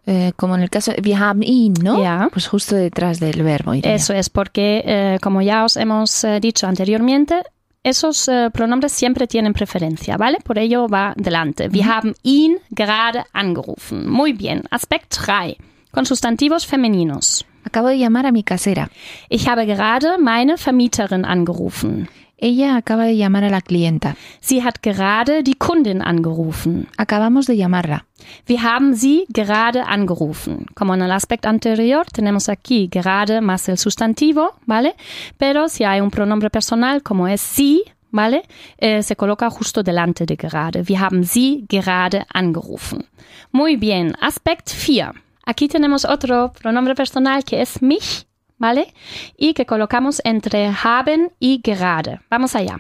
S3: Eh, como en el caso de wir haben ihn, ¿no?
S2: Ya.
S3: Pues justo detrás del verbo. iría.
S2: Eso es porque, eh, como ya os hemos eh, dicho anteriormente, esos eh, pronombres siempre tienen preferencia, ¿vale? Por ello va delante. Wir haben ihn gerade angerufen. Muy bien. Aspekt 3. Con sustantivos femeninos.
S3: Acabo de llamar a mi casera.
S2: Ich habe gerade meine Vermieterin angerufen.
S3: Ella acaba de llamar a la clienta.
S2: Sie hat gerade die Kundin angerufen.
S3: Acabamos de llamarla.
S2: Wir haben sie gerade angerufen. Como en el aspecto anterior, tenemos aquí gerade más el sustantivo, ¿vale? Pero si hay un pronombre personal como es sie, ¿vale? Eh, se coloca justo delante de gerade. Wir haben sie gerade angerufen. Muy bien. Aspekt 4. Aquí tenemos otro pronombre personal que es mich, ¿vale? Y que colocamos entre haben y gerade. Vamos allá.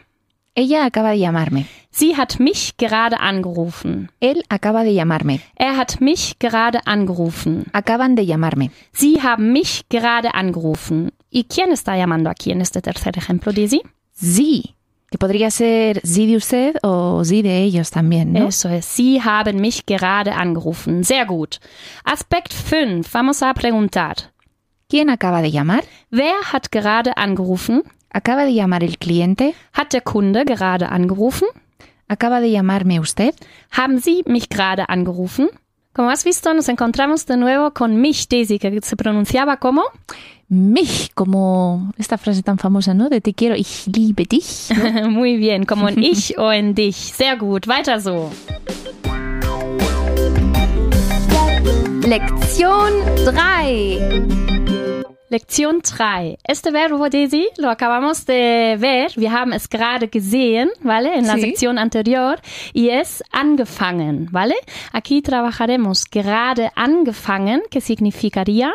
S3: Ella acaba de llamarme.
S2: Sie hat mich gerade angerufen.
S3: Él acaba de llamarme.
S2: Er hat mich gerade angerufen.
S3: Acaban de llamarme.
S2: Sie haben mich gerade angerufen. ¿Y quién está llamando aquí en este tercer ejemplo, Daisy?
S3: Sí. Que podría ser sí de usted o sí de ellos también, ¿no?
S2: Eso es. Sie haben mich gerade angerufen. Sehr gut. Aspekt 5. Vamos a preguntar.
S3: ¿Quién acaba de llamar?
S2: Wer hat gerade angerufen?
S3: Acaba de llamar el cliente.
S2: Hat der Kunde gerade angerufen?
S3: Acaba de llamarme usted.
S2: Haben Sie mich gerade angerufen? Como has visto, nos encontramos de nuevo con mich, Daisy, que se pronunciaba como
S3: Mich, como esta frase tan famosa, ¿no? De te quiero, ich liebe dich.
S2: Muy bien, como en ich o en dich. Sehr gut, weiter so.
S8: Lektion 3.
S2: Lektion 3. Este verbo, Daisy, lo acabamos de ver. Wir haben es gerade gesehen, ¿vale? En la
S3: Sí.
S2: sección anterior. Y es angefangen, ¿vale? Aquí trabajaremos gerade angefangen, que significaría.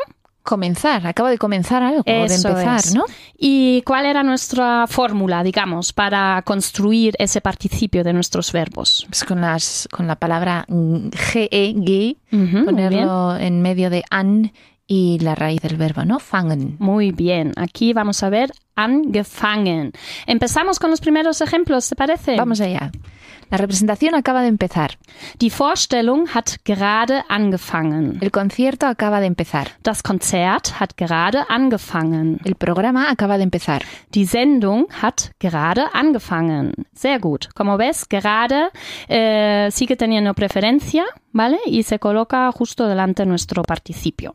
S3: Comenzar, acabo de comenzar algo, o de
S2: Eso
S3: empezar,
S2: es.
S3: ¿no?
S2: ¿Y cuál era nuestra fórmula, digamos, para construir ese participio de nuestros verbos?
S3: Pues con, las, con la palabra mm, GE, ge,
S2: Ujú, Mm, muy bien.
S3: ponerlo en medio de an y la raíz del verbo, ¿no? Fangen.
S2: Muy bien, aquí vamos a ver angefangen. Empezamos con los primeros ejemplos, ¿te parece?
S3: Vamos allá. La representación acaba de empezar.
S2: Die Vorstellung hat gerade angefangen.
S3: El concierto acaba de empezar.
S2: Das Konzert hat gerade angefangen.
S3: El programa acaba de empezar.
S2: Die Sendung hat gerade angefangen. Sehr gut. Como ves, gerade eh, sigue teniendo preferencia, ¿vale? Y se coloca justo delante nuestro participio.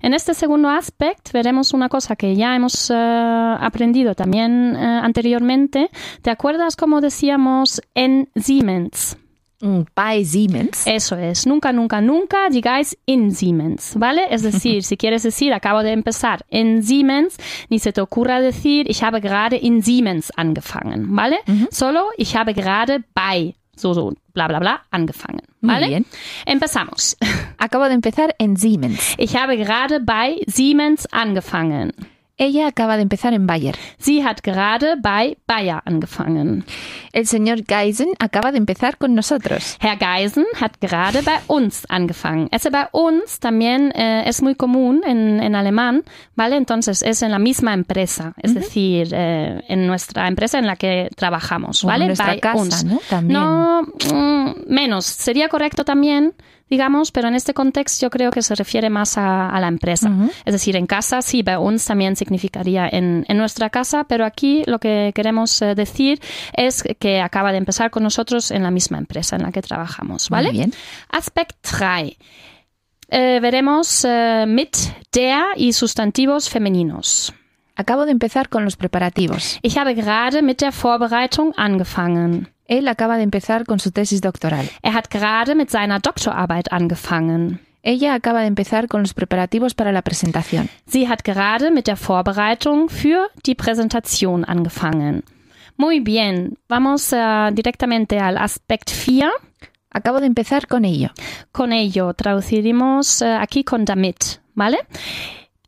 S2: En este segundo aspecto veremos una cosa que ya hemos eh, aprendido también eh, anteriormente. ¿Te acuerdas cómo decíamos en Siemens?
S3: Mm, Bei Siemens.
S2: Eso es, nunca, nunca, nunca digáis in Siemens, ¿vale? Es decir, si quieres decir, acabo de empezar en Siemens, ni se te ocurra decir, ich habe gerade in Siemens angefangen, ¿vale? Solo, ich habe gerade bei, so, so, bla, bla, bla, angefangen,
S3: Muy
S2: ¿vale?
S3: bien.
S2: Empezamos.
S3: Acabo de empezar en Siemens.
S2: Ich habe gerade bei Siemens angefangen.
S3: Ella acaba de empezar en Bayer.
S2: Sie hat gerade bei Bayer angefangen.
S3: El señor Geisen acaba de empezar con nosotros.
S2: Herr Geisen hat gerade bei uns angefangen. Ese bei uns también eh, es muy común en, en alemán, ¿vale? Entonces es en la misma empresa, es decir, eh, en nuestra empresa en la que trabajamos,
S3: O en
S2: ¿vale?
S3: nuestra
S2: Bei
S3: casa,
S2: uns.
S3: ¿no? También.
S2: No, mm, menos. Sería correcto también, digamos, pero en este contexto yo creo que se refiere más a, a la empresa. Es decir, en casa sí, bei uns también significaría en, en nuestra casa, pero aquí lo que queremos eh, decir es que acaba de empezar con nosotros en la misma empresa en la que trabajamos,
S3: Muy
S2: ¿vale?
S3: bien.
S2: Aspekt 3. Eh, veremos eh, mit der y sustantivos femeninos.
S3: Acabo de empezar con los preparativos.
S2: Ich habe gerade mit der Vorbereitung angefangen.
S3: Él acaba de empezar con su tesis doctoral.
S2: Er hat gerade mit seiner Doktorarbeit angefangen.
S3: Ella acaba de empezar con los preparativos para la presentación.
S2: Sie hat gerade mit der Vorbereitung für die Präsentation angefangen. Muy bien, vamos eh, directamente al aspecto 4.
S3: Acabo de empezar con ello.
S2: Con ello traduciremos eh, aquí con damit, ¿vale?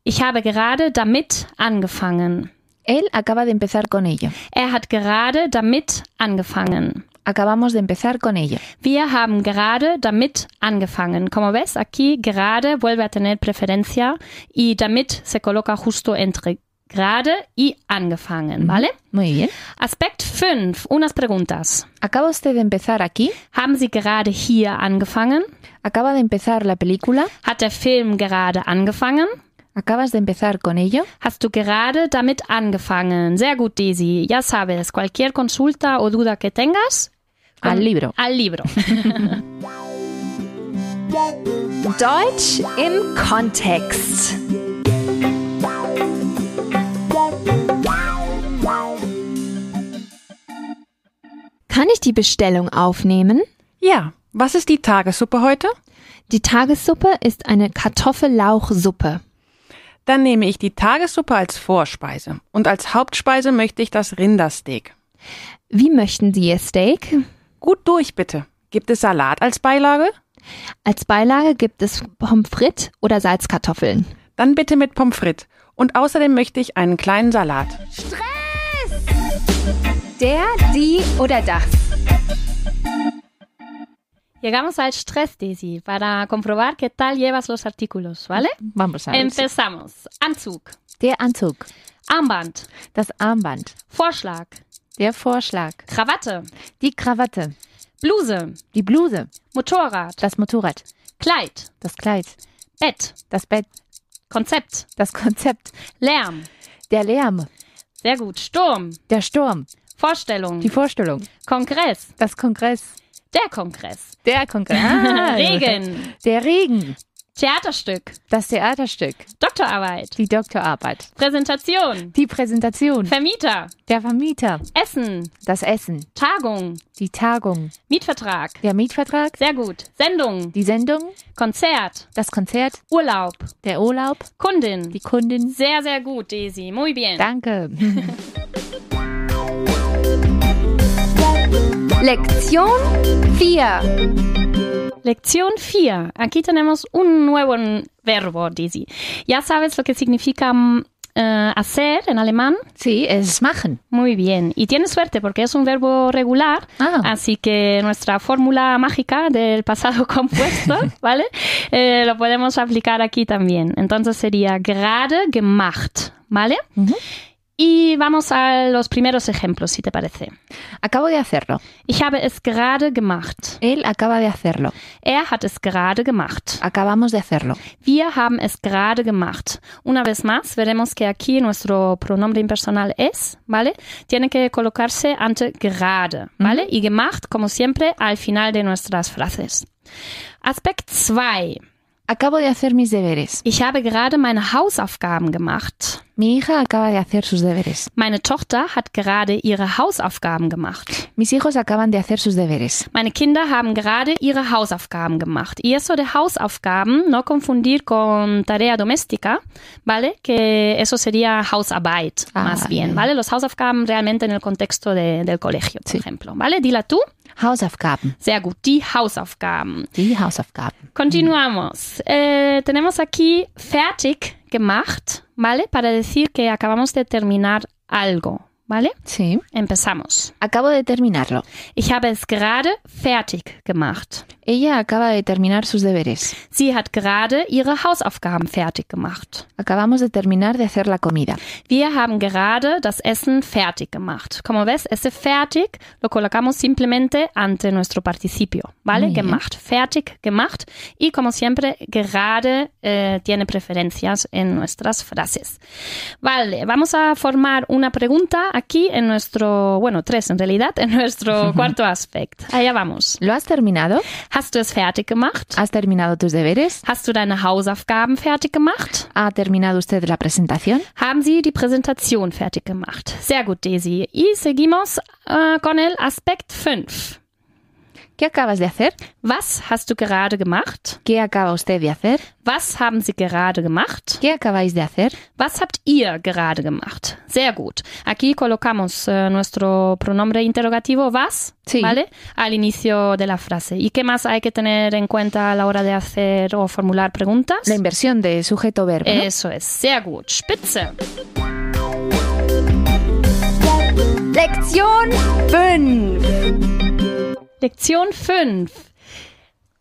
S2: Ich habe gerade damit angefangen.
S3: Él acaba de empezar con ello.
S2: Er hat gerade damit angefangen.
S3: Acabamos de empezar con ello.
S2: Wir haben gerade damit angefangen. Como ves, aquí gerade vuelve a tener preferencia y damit se coloca justo entre gerade y
S3: Mhm.
S2: angefangen, ¿vale?
S3: Muy bien.
S2: Aspekt 5. Unas preguntas.
S3: Acaba usted de empezar aquí.
S2: Haben Sie gerade hier angefangen?
S3: Acaba de empezar la película.
S2: Hat der Film gerade angefangen?
S3: Acabas de empezar con ello.
S2: Hast du gerade damit angefangen? Sehr gut, Daisy. Ya sabes, cualquier consulta o duda que tengas,
S3: Al libro.
S2: al libro.
S8: Deutsch im Kontext. Kann ich die Bestellung aufnehmen?
S10: Ja, was ist die Tagessuppe heute?
S8: Die Tagessuppe ist eine Kartoffellauchsuppe.
S10: Dann nehme ich die Tagessuppe als Vorspeise und als Hauptspeise möchte ich das Rindersteak.
S8: Wie möchten Sie Ihr Steak?
S10: Gut durch, bitte. Gibt es Salat als Beilage?
S8: Als Beilage gibt es Pommes frites oder Salzkartoffeln.
S10: Dann bitte mit Pommes frites. Und außerdem möchte ich einen kleinen Salat.
S8: Der, die oder das.
S2: Llegamos al estrés, Daisy, para comprobar qué tal llevas los artículos, ¿vale?
S3: Vamos a ver.
S2: Empezamos. Anzug,
S3: Der Anzug.
S2: Armband,
S3: Das Armband.
S2: Vorschlag,
S3: Der Vorschlag.
S2: Krawatte,
S3: Die Krawatte.
S2: Bluse,
S3: Die Bluse.
S2: Motorrad,
S3: Das Motorrad.
S2: Kleid,
S3: Das Kleid.
S2: Bett,
S3: Das Bett.
S2: Konzept,
S3: Das Konzept.
S2: Lärm.
S3: Der Lärm.
S2: Sehr gut. Sturm,
S3: Der Sturm.
S2: Vorstellung,
S3: Die Vorstellung.
S2: Kongress,
S3: Das Kongress.
S2: der Kongress,
S3: Der Kongress. Ah,
S2: Regen,
S3: Der Regen.
S2: Theaterstück,
S3: Das Theaterstück.
S2: Doktorarbeit,
S3: Die Doktorarbeit.
S2: Präsentation,
S3: Die Präsentation.
S2: Vermieter,
S3: Der Vermieter.
S2: Essen,
S3: Das Essen.
S2: Tagung,
S3: Die Tagung.
S2: Mietvertrag.
S3: Der Mietvertrag.
S2: Sehr gut. Sendung,
S3: Die Sendung.
S2: Konzert,
S3: Das Konzert.
S2: Urlaub,
S3: Der Urlaub.
S2: Kundin.
S3: Die Kundin.
S2: Sehr, sehr gut, Daisy. Muy bien.
S3: Danke.
S8: Lektion 4.
S2: Lección 4. Aquí tenemos un nuevo verbo, Daisy. Ya sabes lo que significa mm, eh, hacer en alemán.
S3: Sie es machen.
S2: Muy bien. Y tienes suerte porque es un verbo regular.
S3: Ah.
S2: Así que nuestra fórmula mágica del pasado compuesto, ¿vale? Eh, lo podemos aplicar aquí también. Entonces sería gerade gemacht, ¿vale? Y vamos a los primeros ejemplos, si te parece.
S3: Acabo de hacerlo.
S2: Ich habe es gerade gemacht.
S3: Él acaba de hacerlo.
S2: Er hat es gerade gemacht.
S3: Acabamos de hacerlo.
S2: Wir haben es gerade gemacht. Una vez más, veremos que aquí nuestro pronombre impersonal es, ¿vale? Tiene que colocarse ante gerade, ¿vale? Y gemacht, como siempre, al final de nuestras frases. Aspekt 2.
S3: Acabo de hacer mis deberes.
S2: Ich habe gerade meine Hausaufgaben gemacht.
S3: Mi hija acaba de hacer sus deberes.
S2: Meine Tochter hat gerade ihre Hausaufgaben gemacht.
S3: Mis hijos acaban de hacer sus deberes.
S2: Meine Kinder haben gerade ihre Hausaufgaben gemacht. Y eso de Hausaufgaben, no confundir con tarea doméstica, ¿vale? Que eso sería Hausarbeit,
S3: Ah,
S2: más bien,
S3: bien.
S2: ¿vale? Los Hausaufgaben realmente en el contexto de, del colegio, por
S3: Sí.
S2: ejemplo, ¿vale? Dila tú.
S3: Hausaufgaben.
S2: Sehr gut, die Hausaufgaben.
S3: Die Hausaufgaben.
S2: Continuamos. Eh, tenemos aquí fertig gemacht, ¿vale? Para decir que acabamos de terminar algo, ¿vale?
S3: Sí.
S2: Empezamos.
S3: Acabo de terminarlo.
S2: Ich habe es gerade fertig gemacht.
S3: Ella acaba de terminar sus deberes.
S2: Sie hat gerade ihre Hausaufgaben fertig gemacht.
S3: Acabamos de terminar de hacer la comida.
S2: Wir haben gerade das Essen fertig gemacht. Como ves, ese fertig lo colocamos simplemente ante nuestro participio, ¿vale?
S3: Muy bien.
S2: Gemacht, fertig gemacht. Y como siempre, gerade eh, tiene preferencias en nuestras frases. Vale, vamos a formar una pregunta aquí en nuestro, bueno, tres en realidad, en nuestro cuarto aspecto. Allá vamos.
S3: ¿Lo has terminado?
S2: Hast du es fertig gemacht?
S3: ¿Has terminado tus deberes?
S2: Hast du deine Hausaufgaben fertig gemacht?
S3: ¿Ha terminado usted la presentación?
S2: Haben Sie die Präsentation fertig gemacht? Sehr gut, Daisy. Y seguimos äh, con el Aspekt 5.
S3: ¿Qué acabas de hacer?
S2: Was hast du gerade gemacht?
S3: ¿Qué acaba usted de hacer?
S2: Was haben Sie gerade gemacht?
S3: ¿Qué acabáis de hacer?
S2: Was habt ihr gerade gemacht? Sehr gut. Aquí colocamos eh, nuestro pronombre interrogativo was,
S3: Sí.
S2: ¿vale? Al inicio de la frase. ¿Y qué más hay que tener en cuenta a la hora de hacer o formular preguntas?
S3: La inversión de sujeto-verbo. ¿no?
S2: Eso es. Sehr gut. Spitze.
S8: Lektion 5.
S2: Lección 5.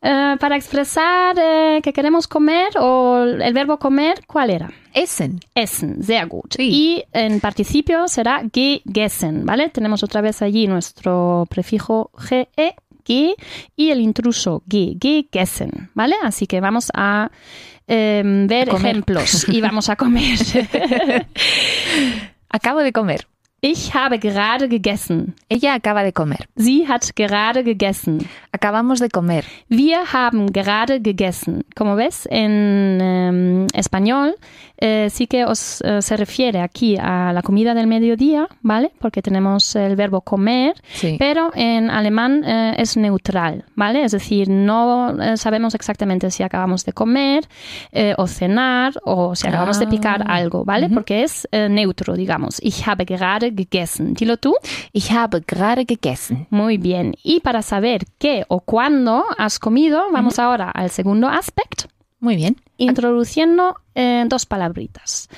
S2: Eh, para expresar eh, que queremos comer o el verbo comer, ¿cuál era?
S3: Essen.
S2: Essen, sehr gut.
S3: Sí.
S2: Y en participio será gegessen, ¿vale? Tenemos otra vez allí nuestro prefijo ge, e, ge y el intruso ge, gegessen, ¿vale? Así que vamos a eh, ver
S3: A comer.
S2: ejemplos y vamos a comer.
S3: Acabo de comer.
S2: Ich habe gerade gegessen.
S3: Ella acaba de comer.
S2: Sie hat gerade gegessen.
S3: Acabamos de comer.
S2: Wir haben gerade gegessen. Como ves, en em, español eh, sí que os, eh, se refiere aquí a la comida del mediodía, ¿vale? Porque tenemos el verbo comer,
S3: Sí.
S2: pero en alemán eh, es neutral, ¿vale? Es decir, no eh, sabemos exactamente si acabamos de comer eh, o cenar o si acabamos de picar algo, ¿vale? Porque es eh, neutro, digamos. Ich habe gerade gegessen. Dilo tú.
S3: Ich habe gerade gegessen.
S2: Muy bien. Y para saber qué o cuándo has comido, vamos ahora al segundo aspecto,
S3: Muy bien.
S2: introduciendo eh, dos palabritas.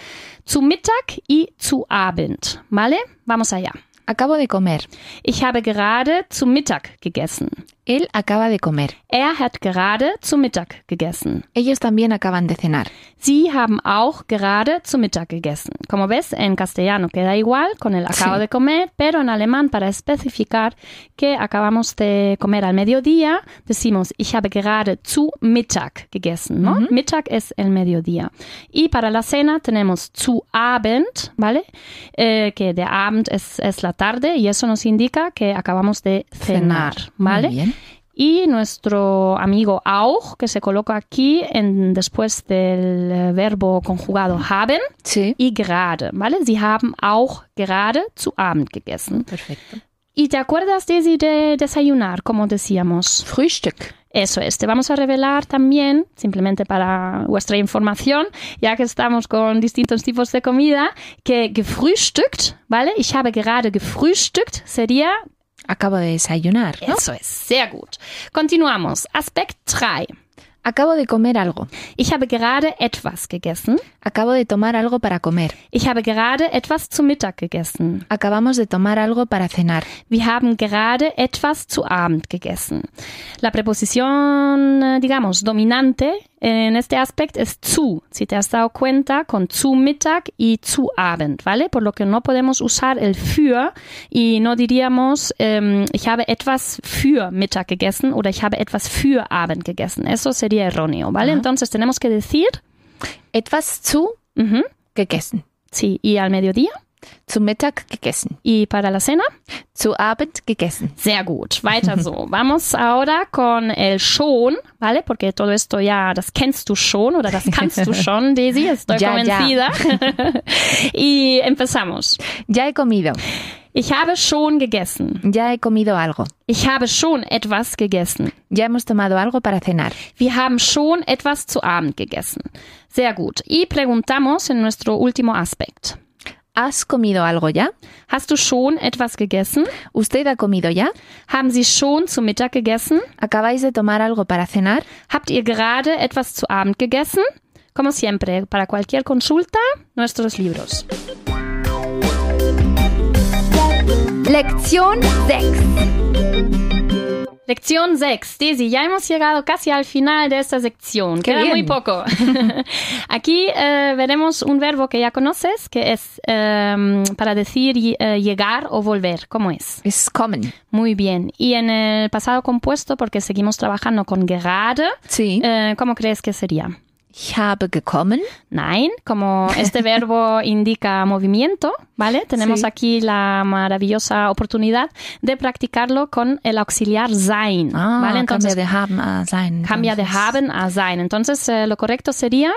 S2: Zu Mittag y zu Abend. ¿Vale? Vamos allá.
S3: Acabo de comer.
S2: Ich habe gerade zu Mittag gegessen.
S3: Él acaba de comer.
S2: Er hat gerade zu Mittag gegessen.
S3: Ellos también acaban de cenar.
S2: Sie haben auch gerade zu Mittag gegessen. Como ves, en castellano queda igual con el acabo
S3: Sí.
S2: de comer, pero en alemán para especificar que acabamos de comer al mediodía, decimos ich habe gerade zu Mittag gegessen, ¿no? Mittag es el mediodía. Y para la cena tenemos zu Abend, ¿vale? Eh, que de Abend es, es la tarde y eso nos indica que acabamos de cenar, ¿vale?
S3: Muy bien.
S2: Y nuestro amigo auch, que se coloca aquí en, después del eh, verbo conjugado haben
S3: Sí.
S2: y gerade, ¿vale? Sie haben auch gerade zu Abend gegessen.
S3: Perfecto.
S2: ¿Y te acuerdas, Daisy, de desayunar, como decíamos?
S3: Frühstück.
S2: Eso es, te vamos a revelar también, simplemente para vuestra información, ya que estamos con distintos tipos de comida, que gefrühstückt, ¿vale? Ich habe gerade gefrühstückt sería
S3: Acabo de desayunar. ¿no?
S2: Eso es, sehr gut. Continuamos. Aspekt 3.
S3: Acabo de comer algo.
S2: Ich habe gerade etwas gegessen.
S3: Acabo de tomar algo para comer.
S2: Ich habe gerade etwas zu Mittag gegessen.
S3: Acabamos de tomar algo para cenar.
S2: Wir haben gerade etwas zu Abend gegessen. La preposición, eh, digamos, dominante en este aspecto es zu. Si te has dado cuenta, con zu Mittag y zu Abend, ¿vale? Por lo que no podemos usar el für y no diríamos, em, ich habe etwas für Mittag gegessen oder ich habe etwas für Abend gegessen. Eso sería erróneo, ¿vale? Entonces tenemos que decir,
S3: Etwas zu
S2: ujú,
S3: gegessen.
S2: sí, y al mediodía
S3: Zu Mittag gegessen.
S2: y para la cena.
S3: Zu Abend gegessen.
S2: Sehr gut, weiter so. Vamos ahora con el schon, ¿vale? Porque todo esto ya, das kennst du schon oder das kannst du schon, Daisy, estoy
S3: Ya, ya.
S2: convencida. y empezamos.
S3: Ya he comido.
S2: Ich habe schon gegessen.
S3: Ya he comido algo.
S2: Ich habe schon etwas gegessen.
S3: Ya hemos tomado algo para cenar.
S2: Wir haben schon etwas zu Abend gegessen. Sehr gut. Y preguntamos en nuestro último aspekt.
S3: ¿Has comido algo ya?
S2: Hast du schon etwas gegessen?
S3: ¿Usted ha comido ya?
S2: Haben Sie schon zu Mittag gegessen?
S3: ¿Acabáis de tomar algo para cenar?
S2: Habt ihr gerade etwas zu Abend gegessen? Como siempre, para cualquier consulta, nuestros libros.
S8: Lección 6.
S2: Lección 6. Daisy, ya hemos llegado casi al final de esta sección. Queda
S3: bien.
S2: muy poco. Aquí eh, veremos un verbo que ya conoces, que es em, para decir eh, llegar o volver. ¿Cómo es?
S3: Es kommen.
S2: Muy bien. Y en el pasado compuesto, porque seguimos trabajando con gerade,
S3: Sí.
S2: eh, ¿cómo crees que sería?
S3: Ich habe gekommen.
S2: Nein, como este verbo indica movimiento, ¿vale? Tenemos
S3: Sí.
S2: aquí la maravillosa oportunidad de practicarlo con el auxiliar sein,
S3: Ah,
S2: ¿vale?
S3: cambia
S2: Entonces,
S3: de haben a sein.
S2: cambia de
S3: entonces.
S2: haben a sein. Entonces, eh, lo correcto sería,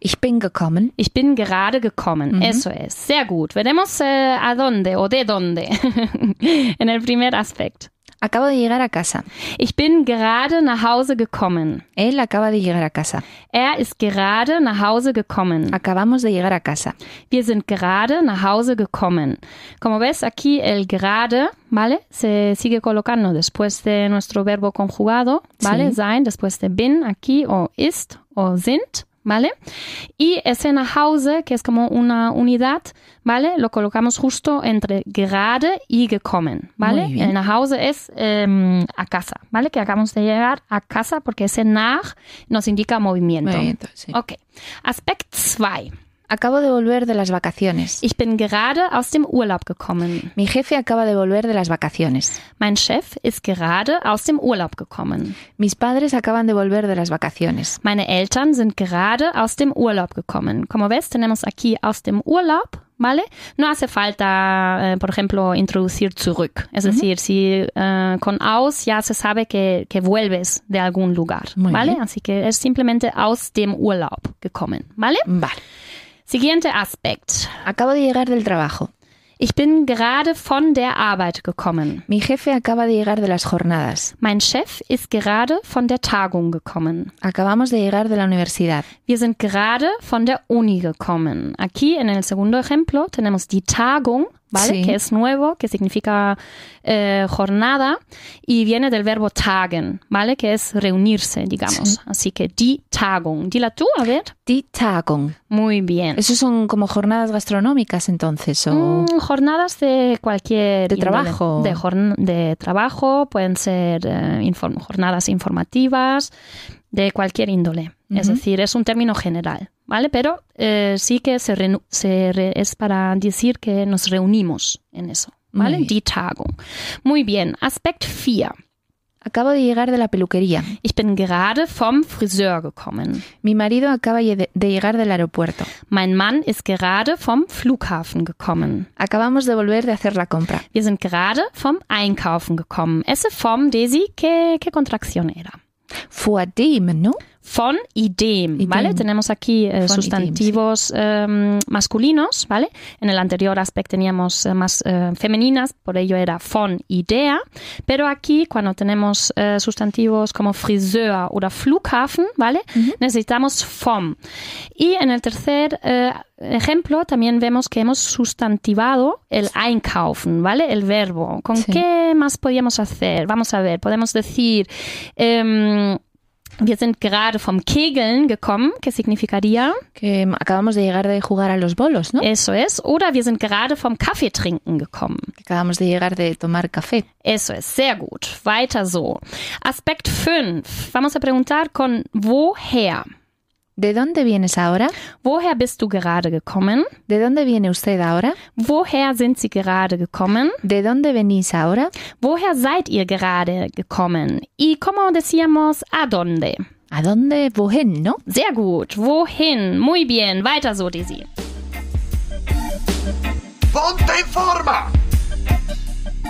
S3: Ich bin gekommen.
S2: ich bin gerade gekommen. Eso es. Sehr gut. Veremos eh, a dónde o de dónde en el primer aspecto.
S3: Acabo de llegar a casa.
S2: Ich bin gerade nach Hause gekommen.
S3: Él acaba de llegar a casa.
S2: Er ist gerade nach Hause gekommen.
S3: Acabamos de llegar a casa.
S2: Wir sind gerade nach Hause gekommen. Como ves, aquí el gerade, ¿vale? Se sigue colocando después de nuestro verbo conjugado, ¿vale?
S3: Sí.
S2: Sein, después de bin, aquí, o ist, o sind, ¿vale? Y ese nach Hause, que es como una unidad, ¿vale? Lo colocamos justo entre gerade y gekommen, ¿vale?
S3: Muy bien.
S2: El nach Hause es em, a casa, ¿vale? Que acabamos de llegar a casa porque ese nach nos indica movimiento.
S3: sí.
S2: Ok. Aspekt 2.
S3: Acabo de volver de las vacaciones.
S2: Ich bin gerade aus dem Urlaub gekommen.
S3: Mi jefe acaba de volver de las vacaciones.
S2: Mein Chef ist gerade aus dem Urlaub gekommen.
S3: Mis padres acaban de volver de las vacaciones.
S2: Meine Eltern sind gerade aus dem Urlaub gekommen. Como ves, tenemos aquí aus dem Urlaub, ¿vale? No hace falta, eh, por ejemplo, introducir zurück. Es decir, si eh, con aus ya se sabe que, que vuelves de algún lugar,
S3: Muy
S2: ¿vale?
S3: bien.
S2: Así que es simplemente aus dem Urlaub gekommen, ¿vale?
S3: Vale.
S2: Siguiente Aspekt.
S3: Acabo de llegar del trabajo.
S2: Ich bin gerade von der Arbeit gekommen.
S3: Mi jefe acaba de llegar de las jornadas.
S2: Mein Chef ist gerade von der Tagung gekommen.
S3: Acabamos de llegar de la universidad.
S2: Wir sind gerade von der Uni gekommen. Aquí en el segundo ejemplo tenemos die Tagung, ¿vale?
S3: Sí.
S2: Que es nuevo, que significa eh, jornada y viene del verbo tagen, ¿vale? Que es reunirse, digamos. Así que die Tagung. Dila tú, a ver.
S3: Die Tagung.
S2: Muy bien.
S3: Esos son como jornadas gastronómicas entonces o
S2: Mm, jornadas de cualquier
S3: De
S2: índole.
S3: trabajo.
S2: de, jorn- de trabajo pueden ser eh, inform- jornadas informativas de cualquier índole es decir es un término general vale pero eh, sí que se, renu- se re- es para decir que nos reunimos en eso
S3: Muy
S2: vale
S3: bien.
S2: die Tagung muy bien Aspekt 4
S3: acabo de llegar de la peluquería.
S2: ich bin gerade vom Friseur gekommen
S3: Mi marido acaba ye- de llegar del aeropuerto.
S2: mein Mann ist gerade vom Flughafen gekommen
S3: Acabamos de volver de hacer la compra.
S2: Wir sind gerade vom Einkaufen gekommen. Esse vom Desi, ¿qué, qué contracción era?
S3: Vor dem, ¿no?
S2: Von idem,
S3: Idem.
S2: ¿vale? Tenemos aquí eh,
S3: Von idem,
S2: sustantivos em, masculinos, ¿vale? En el anterior aspecto teníamos eh, más eh, femeninas, por ello era von idea. Pero aquí, cuando tenemos eh, sustantivos como friseur oder Flughafen, ¿vale? Necesitamos vom. Y en el tercer eh, ejemplo también vemos que hemos sustantivado el einkaufen, ¿vale? El verbo. ¿Con
S3: Sí.
S2: qué más podíamos hacer? Vamos a ver, podemos decir, em, wir sind gerade vom Kegeln gekommen, que significaría,
S3: Que mm, acabamos de llegar de jugar a los bolos, ¿no?
S2: eso es, oder wir sind gerade vom Kaffee trinken gekommen.
S3: Que acabamos de llegar de tomar café.
S2: Eso es, sehr gut. Weiter so. Aspekt 5. Vamos a preguntar con woher.
S3: ¿De dónde vienes ahora?
S2: Woher bist du gerade gekommen?
S3: ¿De dónde viene usted ahora?
S2: Woher sind sie gerade gekommen?
S3: ¿De dónde venís ahora?
S2: Woher seid ihr gerade gekommen? Y como decíamos, ¿a dónde?
S3: ¿A dónde wohin, no?
S2: Sehr gut. Wohin? Muy bien. Weiter so, Desi.
S6: Ponte en forma.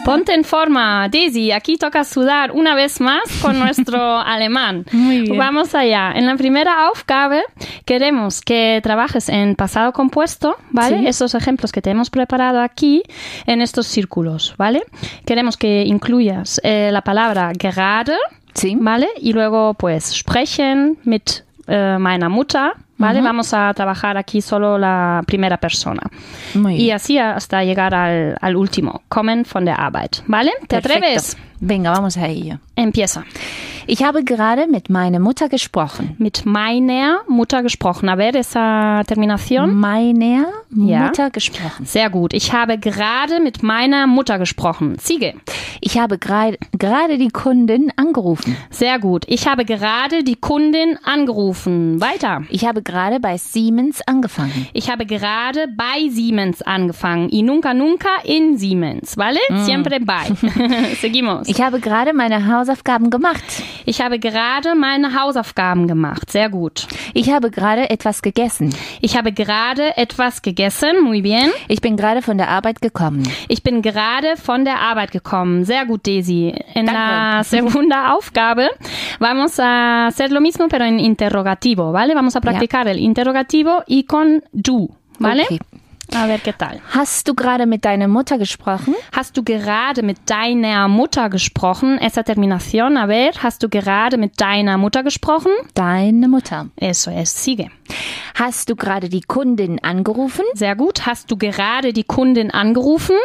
S2: Ponte en forma, Daisy. Aquí toca sudar una vez más con nuestro alemán. Vamos allá. En la primera Aufgabe queremos que trabajes en pasado compuesto, ¿vale?
S3: Sí.
S2: Esos ejemplos que te hemos preparado aquí en estos círculos, ¿vale? Queremos que incluyas eh, la palabra gerade,
S3: Sí.
S2: ¿vale? Y luego, pues, sprechen mit eh, meiner Mutter, ¿vale? Vamos a trabajar aquí solo la primera persona.
S3: Muy
S2: Y así hasta llegar al, al último, comen von der Arbeit, ¿vale? ¿Te
S3: Perfecto.
S2: atreves?
S3: Venga, vamos a ello.
S2: Empieza.
S3: Ich habe gerade mit meiner Mutter gesprochen.
S2: Mit meiner Mutter gesprochen. A ver, esa
S3: Mm.
S2: terminación.
S3: Meiner
S2: Ja.
S3: Mutter gesprochen.
S2: Sehr gut. Ich habe gerade mit meiner Mutter gesprochen. Ziege.
S3: Ich habe grei- gerade die Kundin angerufen.
S2: Sehr gut. Ich habe gerade die Kundin angerufen. Weiter.
S3: Ich habe gerade bei Siemens angefangen.
S2: Ich habe gerade bei Siemens angefangen. Y nunca nunca in Siemens, ¿vale? Siempre bei. Seguimos.
S3: Mm. Ich habe gerade meine Hausaufgaben gemacht.
S2: Ich habe gerade meine Hausaufgaben gemacht. Sehr gut.
S3: Ich habe gerade etwas gegessen.
S2: Ich habe gerade etwas gegessen. Muy bien.
S3: Ich bin gerade von der Arbeit gekommen.
S2: Ich bin gerade von der Arbeit gekommen. Sehr gut, Daisy. En la
S3: Danke.
S2: segunda Aufgabe vamos a hacer lo mismo, pero en interrogativo, ¿vale? Vamos a practicar el interrogativo y con du, ¿vale?
S3: Okay.
S2: A ver qué tal.
S3: Hast du gerade mit deiner Mutter gesprochen?
S2: Hast du gerade mit deiner Mutter gesprochen? Esa terminación, a ver. Hast du gerade mit deiner Mutter gesprochen?
S3: Deine Mutter.
S2: Eso es, sigue.
S3: Hast du gerade die Kundin angerufen?
S2: Sehr gut. Hast du gerade die Kundin angerufen?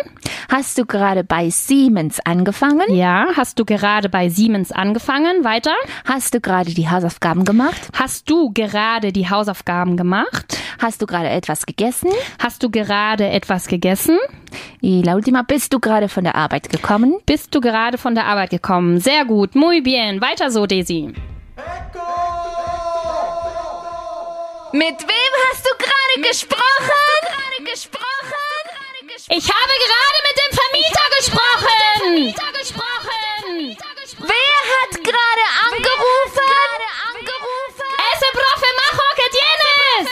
S3: Hast du gerade bei Siemens angefangen?
S2: Ja. Hast du gerade bei Siemens angefangen? Weiter.
S3: Hast du gerade die Hausaufgaben gemacht?
S2: Hast du gerade die Hausaufgaben gemacht?
S3: Hast du gerade etwas gegessen?
S2: Hast du gerade etwas gegessen?
S3: Y la última, bist du gerade von der Arbeit gekommen?
S2: Bist du gerade von der Arbeit gekommen? Sehr gut. Muy bien. Weiter so, Daisy.
S8: Mit wem hast du gerade gesprochen?
S2: Ich habe gerade mit dem Vermieter gesprochen. Vermieter gesprochen.
S8: Wer hat gerade angerufen?
S2: Ese profe majo que tienes.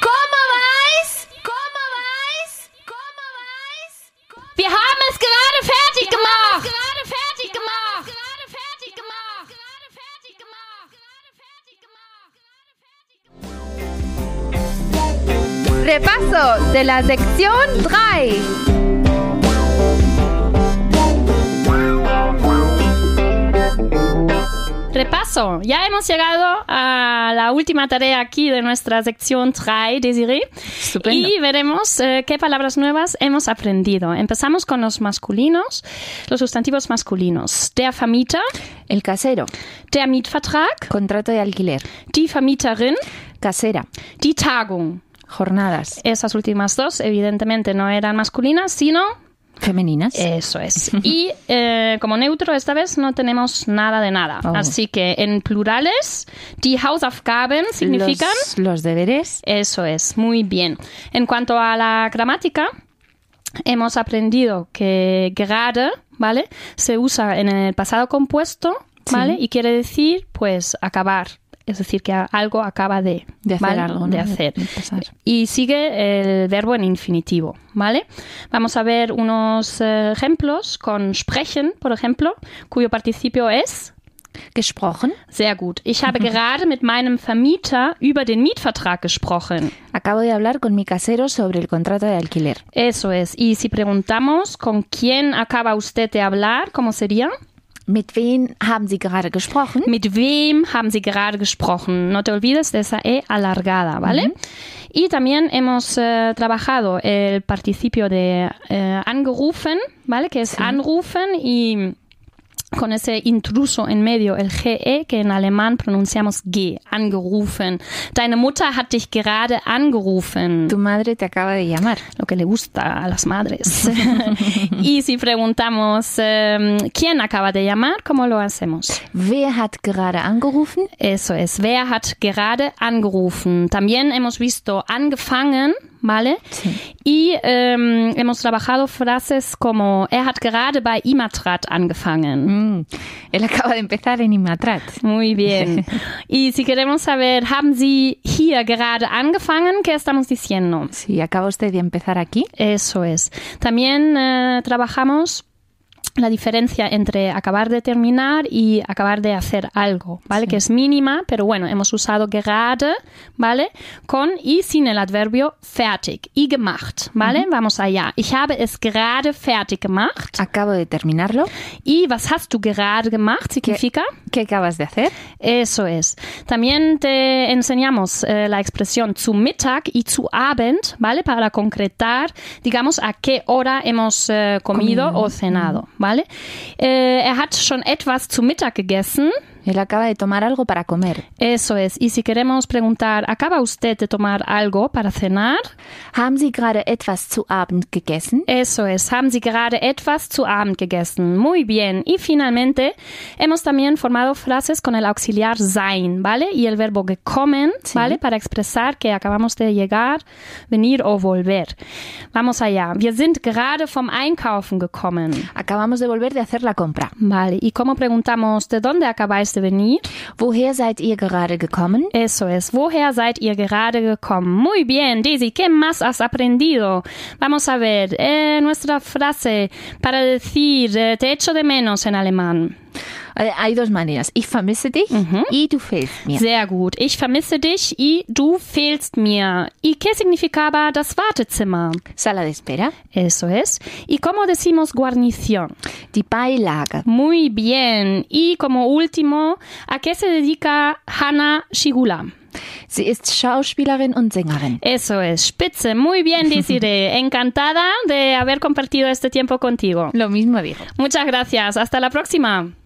S8: Como weiß? Como weiß? Como weiß?
S2: Wir haben es gerade fertig gemacht.
S8: Repaso de la sección 3.
S2: Repaso. Ya hemos llegado a la última tarea aquí de nuestra sección Try Desiree.
S10: Estupendo.
S2: Y veremos eh, qué palabras nuevas hemos aprendido. Empezamos con los masculinos, los sustantivos masculinos. Der Vermieter,
S3: El casero.
S2: der Mietvertrag,
S3: Contrato de alquiler.
S2: die Vermieterin,
S3: Casera.
S2: die Tagung.
S3: Jornadas.
S2: Esas últimas dos, evidentemente, no eran masculinas, sino
S3: Femeninas.
S2: Eso es. Y eh, como neutro esta vez no tenemos nada de nada.
S3: Oh.
S2: Así que en plurales, die Hausaufgaben significan...
S3: los, los deberes.
S2: Eso es, muy bien. En cuanto a la gramática, hemos aprendido que gerade, ¿vale? Se usa en el pasado compuesto, ¿vale? Y quiere decir, pues, acabar. Es decir, que a- algo acaba de,
S3: De hacer
S2: ¿vale?
S3: algo, ¿no?
S2: De
S3: De-
S2: hacer.
S3: de pasar.
S2: y sigue el verbo en infinitivo, ¿vale? Vamos a ver unos eh, ejemplos con sprechen, por ejemplo, cuyo participio es
S3: Gesprochen.
S2: sehr gut. Ich habe gerade mit meinem Vermieter über den Mietvertrag gesprochen.
S3: Acabo de hablar con mi casero sobre el contrato de alquiler.
S2: Eso es. Y si preguntamos con quién acaba usted de hablar, ¿cómo sería?
S3: ¿Mit wem haben Sie gerade gesprochen?
S2: Mit wem haben Sie gerade gesprochen? No te olvides de esa E alargada, ¿vale? Y también hemos eh, trabajado el participio de eh, angerufen, ¿vale? Que es anrufen y con ese intruso en medio, el GE, que en alemán pronunciamos G, angerufen. Deine Mutter hat dich gerade angerufen.
S3: Tu madre te acaba de llamar.
S2: lo que le gusta a las madres. y si preguntamos, eh, ¿quién acaba de llamar? ¿Cómo lo hacemos?
S3: Wer hat gerade angerufen?
S2: Eso es. Wer hat gerade angerufen? También hemos visto angefangen, ¿vale? Y eh, hemos trabajado frases como, er hat gerade bei Imatrat angefangen.
S3: Mm, Él acaba de empezar en Imatrat.
S2: Muy bien. y si queremos saber, ¿haben Sie hier gerade angefangen? ¿Qué estamos diciendo?
S3: Sí, acaba usted de empezar aquí.
S2: Eso es. También eh, trabajamos la diferencia entre acabar de terminar y acabar de hacer algo, ¿vale? Que es mínima, pero bueno, hemos usado gerade, ¿vale? Con y sin el adverbio fertig y gemacht, ¿vale? Vamos allá. Ich habe es gerade fertig gemacht.
S3: Acabo de terminarlo.
S2: Y was hast du gerade gemacht? Significa.
S3: ¿Qué acabas de hacer?
S2: Eso es. También te enseñamos eh, la expresión zu Mittag y zu Abend, ¿vale? Para concretar, digamos, a qué hora hemos eh, comido, o cenado, ¿vale? Eh, er hat schon etwas zu Mittag gegessen.
S3: Él acaba de tomar algo para comer.
S2: Eso es. Y si queremos preguntar, ¿acaba usted de tomar algo para cenar?
S3: Haben Sie gerade etwas zu Abend gegessen?
S2: Eso es, haben Sie gerade etwas zu Abend gegessen. Muy bien. Y finalmente, hemos también formado frases con el auxiliar sein, ¿vale? Y el verbo gekommen, ¿vale? Para expresar que acabamos de llegar, venir o volver. Vamos allá. Wir sind gerade vom Einkaufen gekommen.
S3: Acabamos de volver de hacer la compra.
S2: Vale. ¿Y cómo preguntamos, de dónde acabáis de venir?
S3: Woher seid ihr gerade gekommen?
S2: Eso es. Woher seid ihr gerade gekommen? Muy bien, Daisy. ¿Qué más has aprendido? Vamos a ver. eh, nuestra frase para decir eh, te echo de menos en alemán.
S3: Äh, Hay dos maneras. Ich vermisse dich y du fehlst mir.
S2: Sehr gut. Ich vermisse dich y du fehlst mir. ¿Y qué significaba das Wartezimmer?
S3: Sala de espera.
S2: Eso es. ¿Y cómo decimos guarnición?
S3: Die Beilage.
S2: Muy bien. Y como último, ¿a qué se dedica Hanna Shigula?
S3: Sie ist Schauspielerin und Sängerin.
S2: Eso es, spitze. Muy bien, Desiree. Encantada de haber compartido este tiempo contigo.
S3: Lo mismo digo.
S2: Muchas gracias. Hasta la próxima.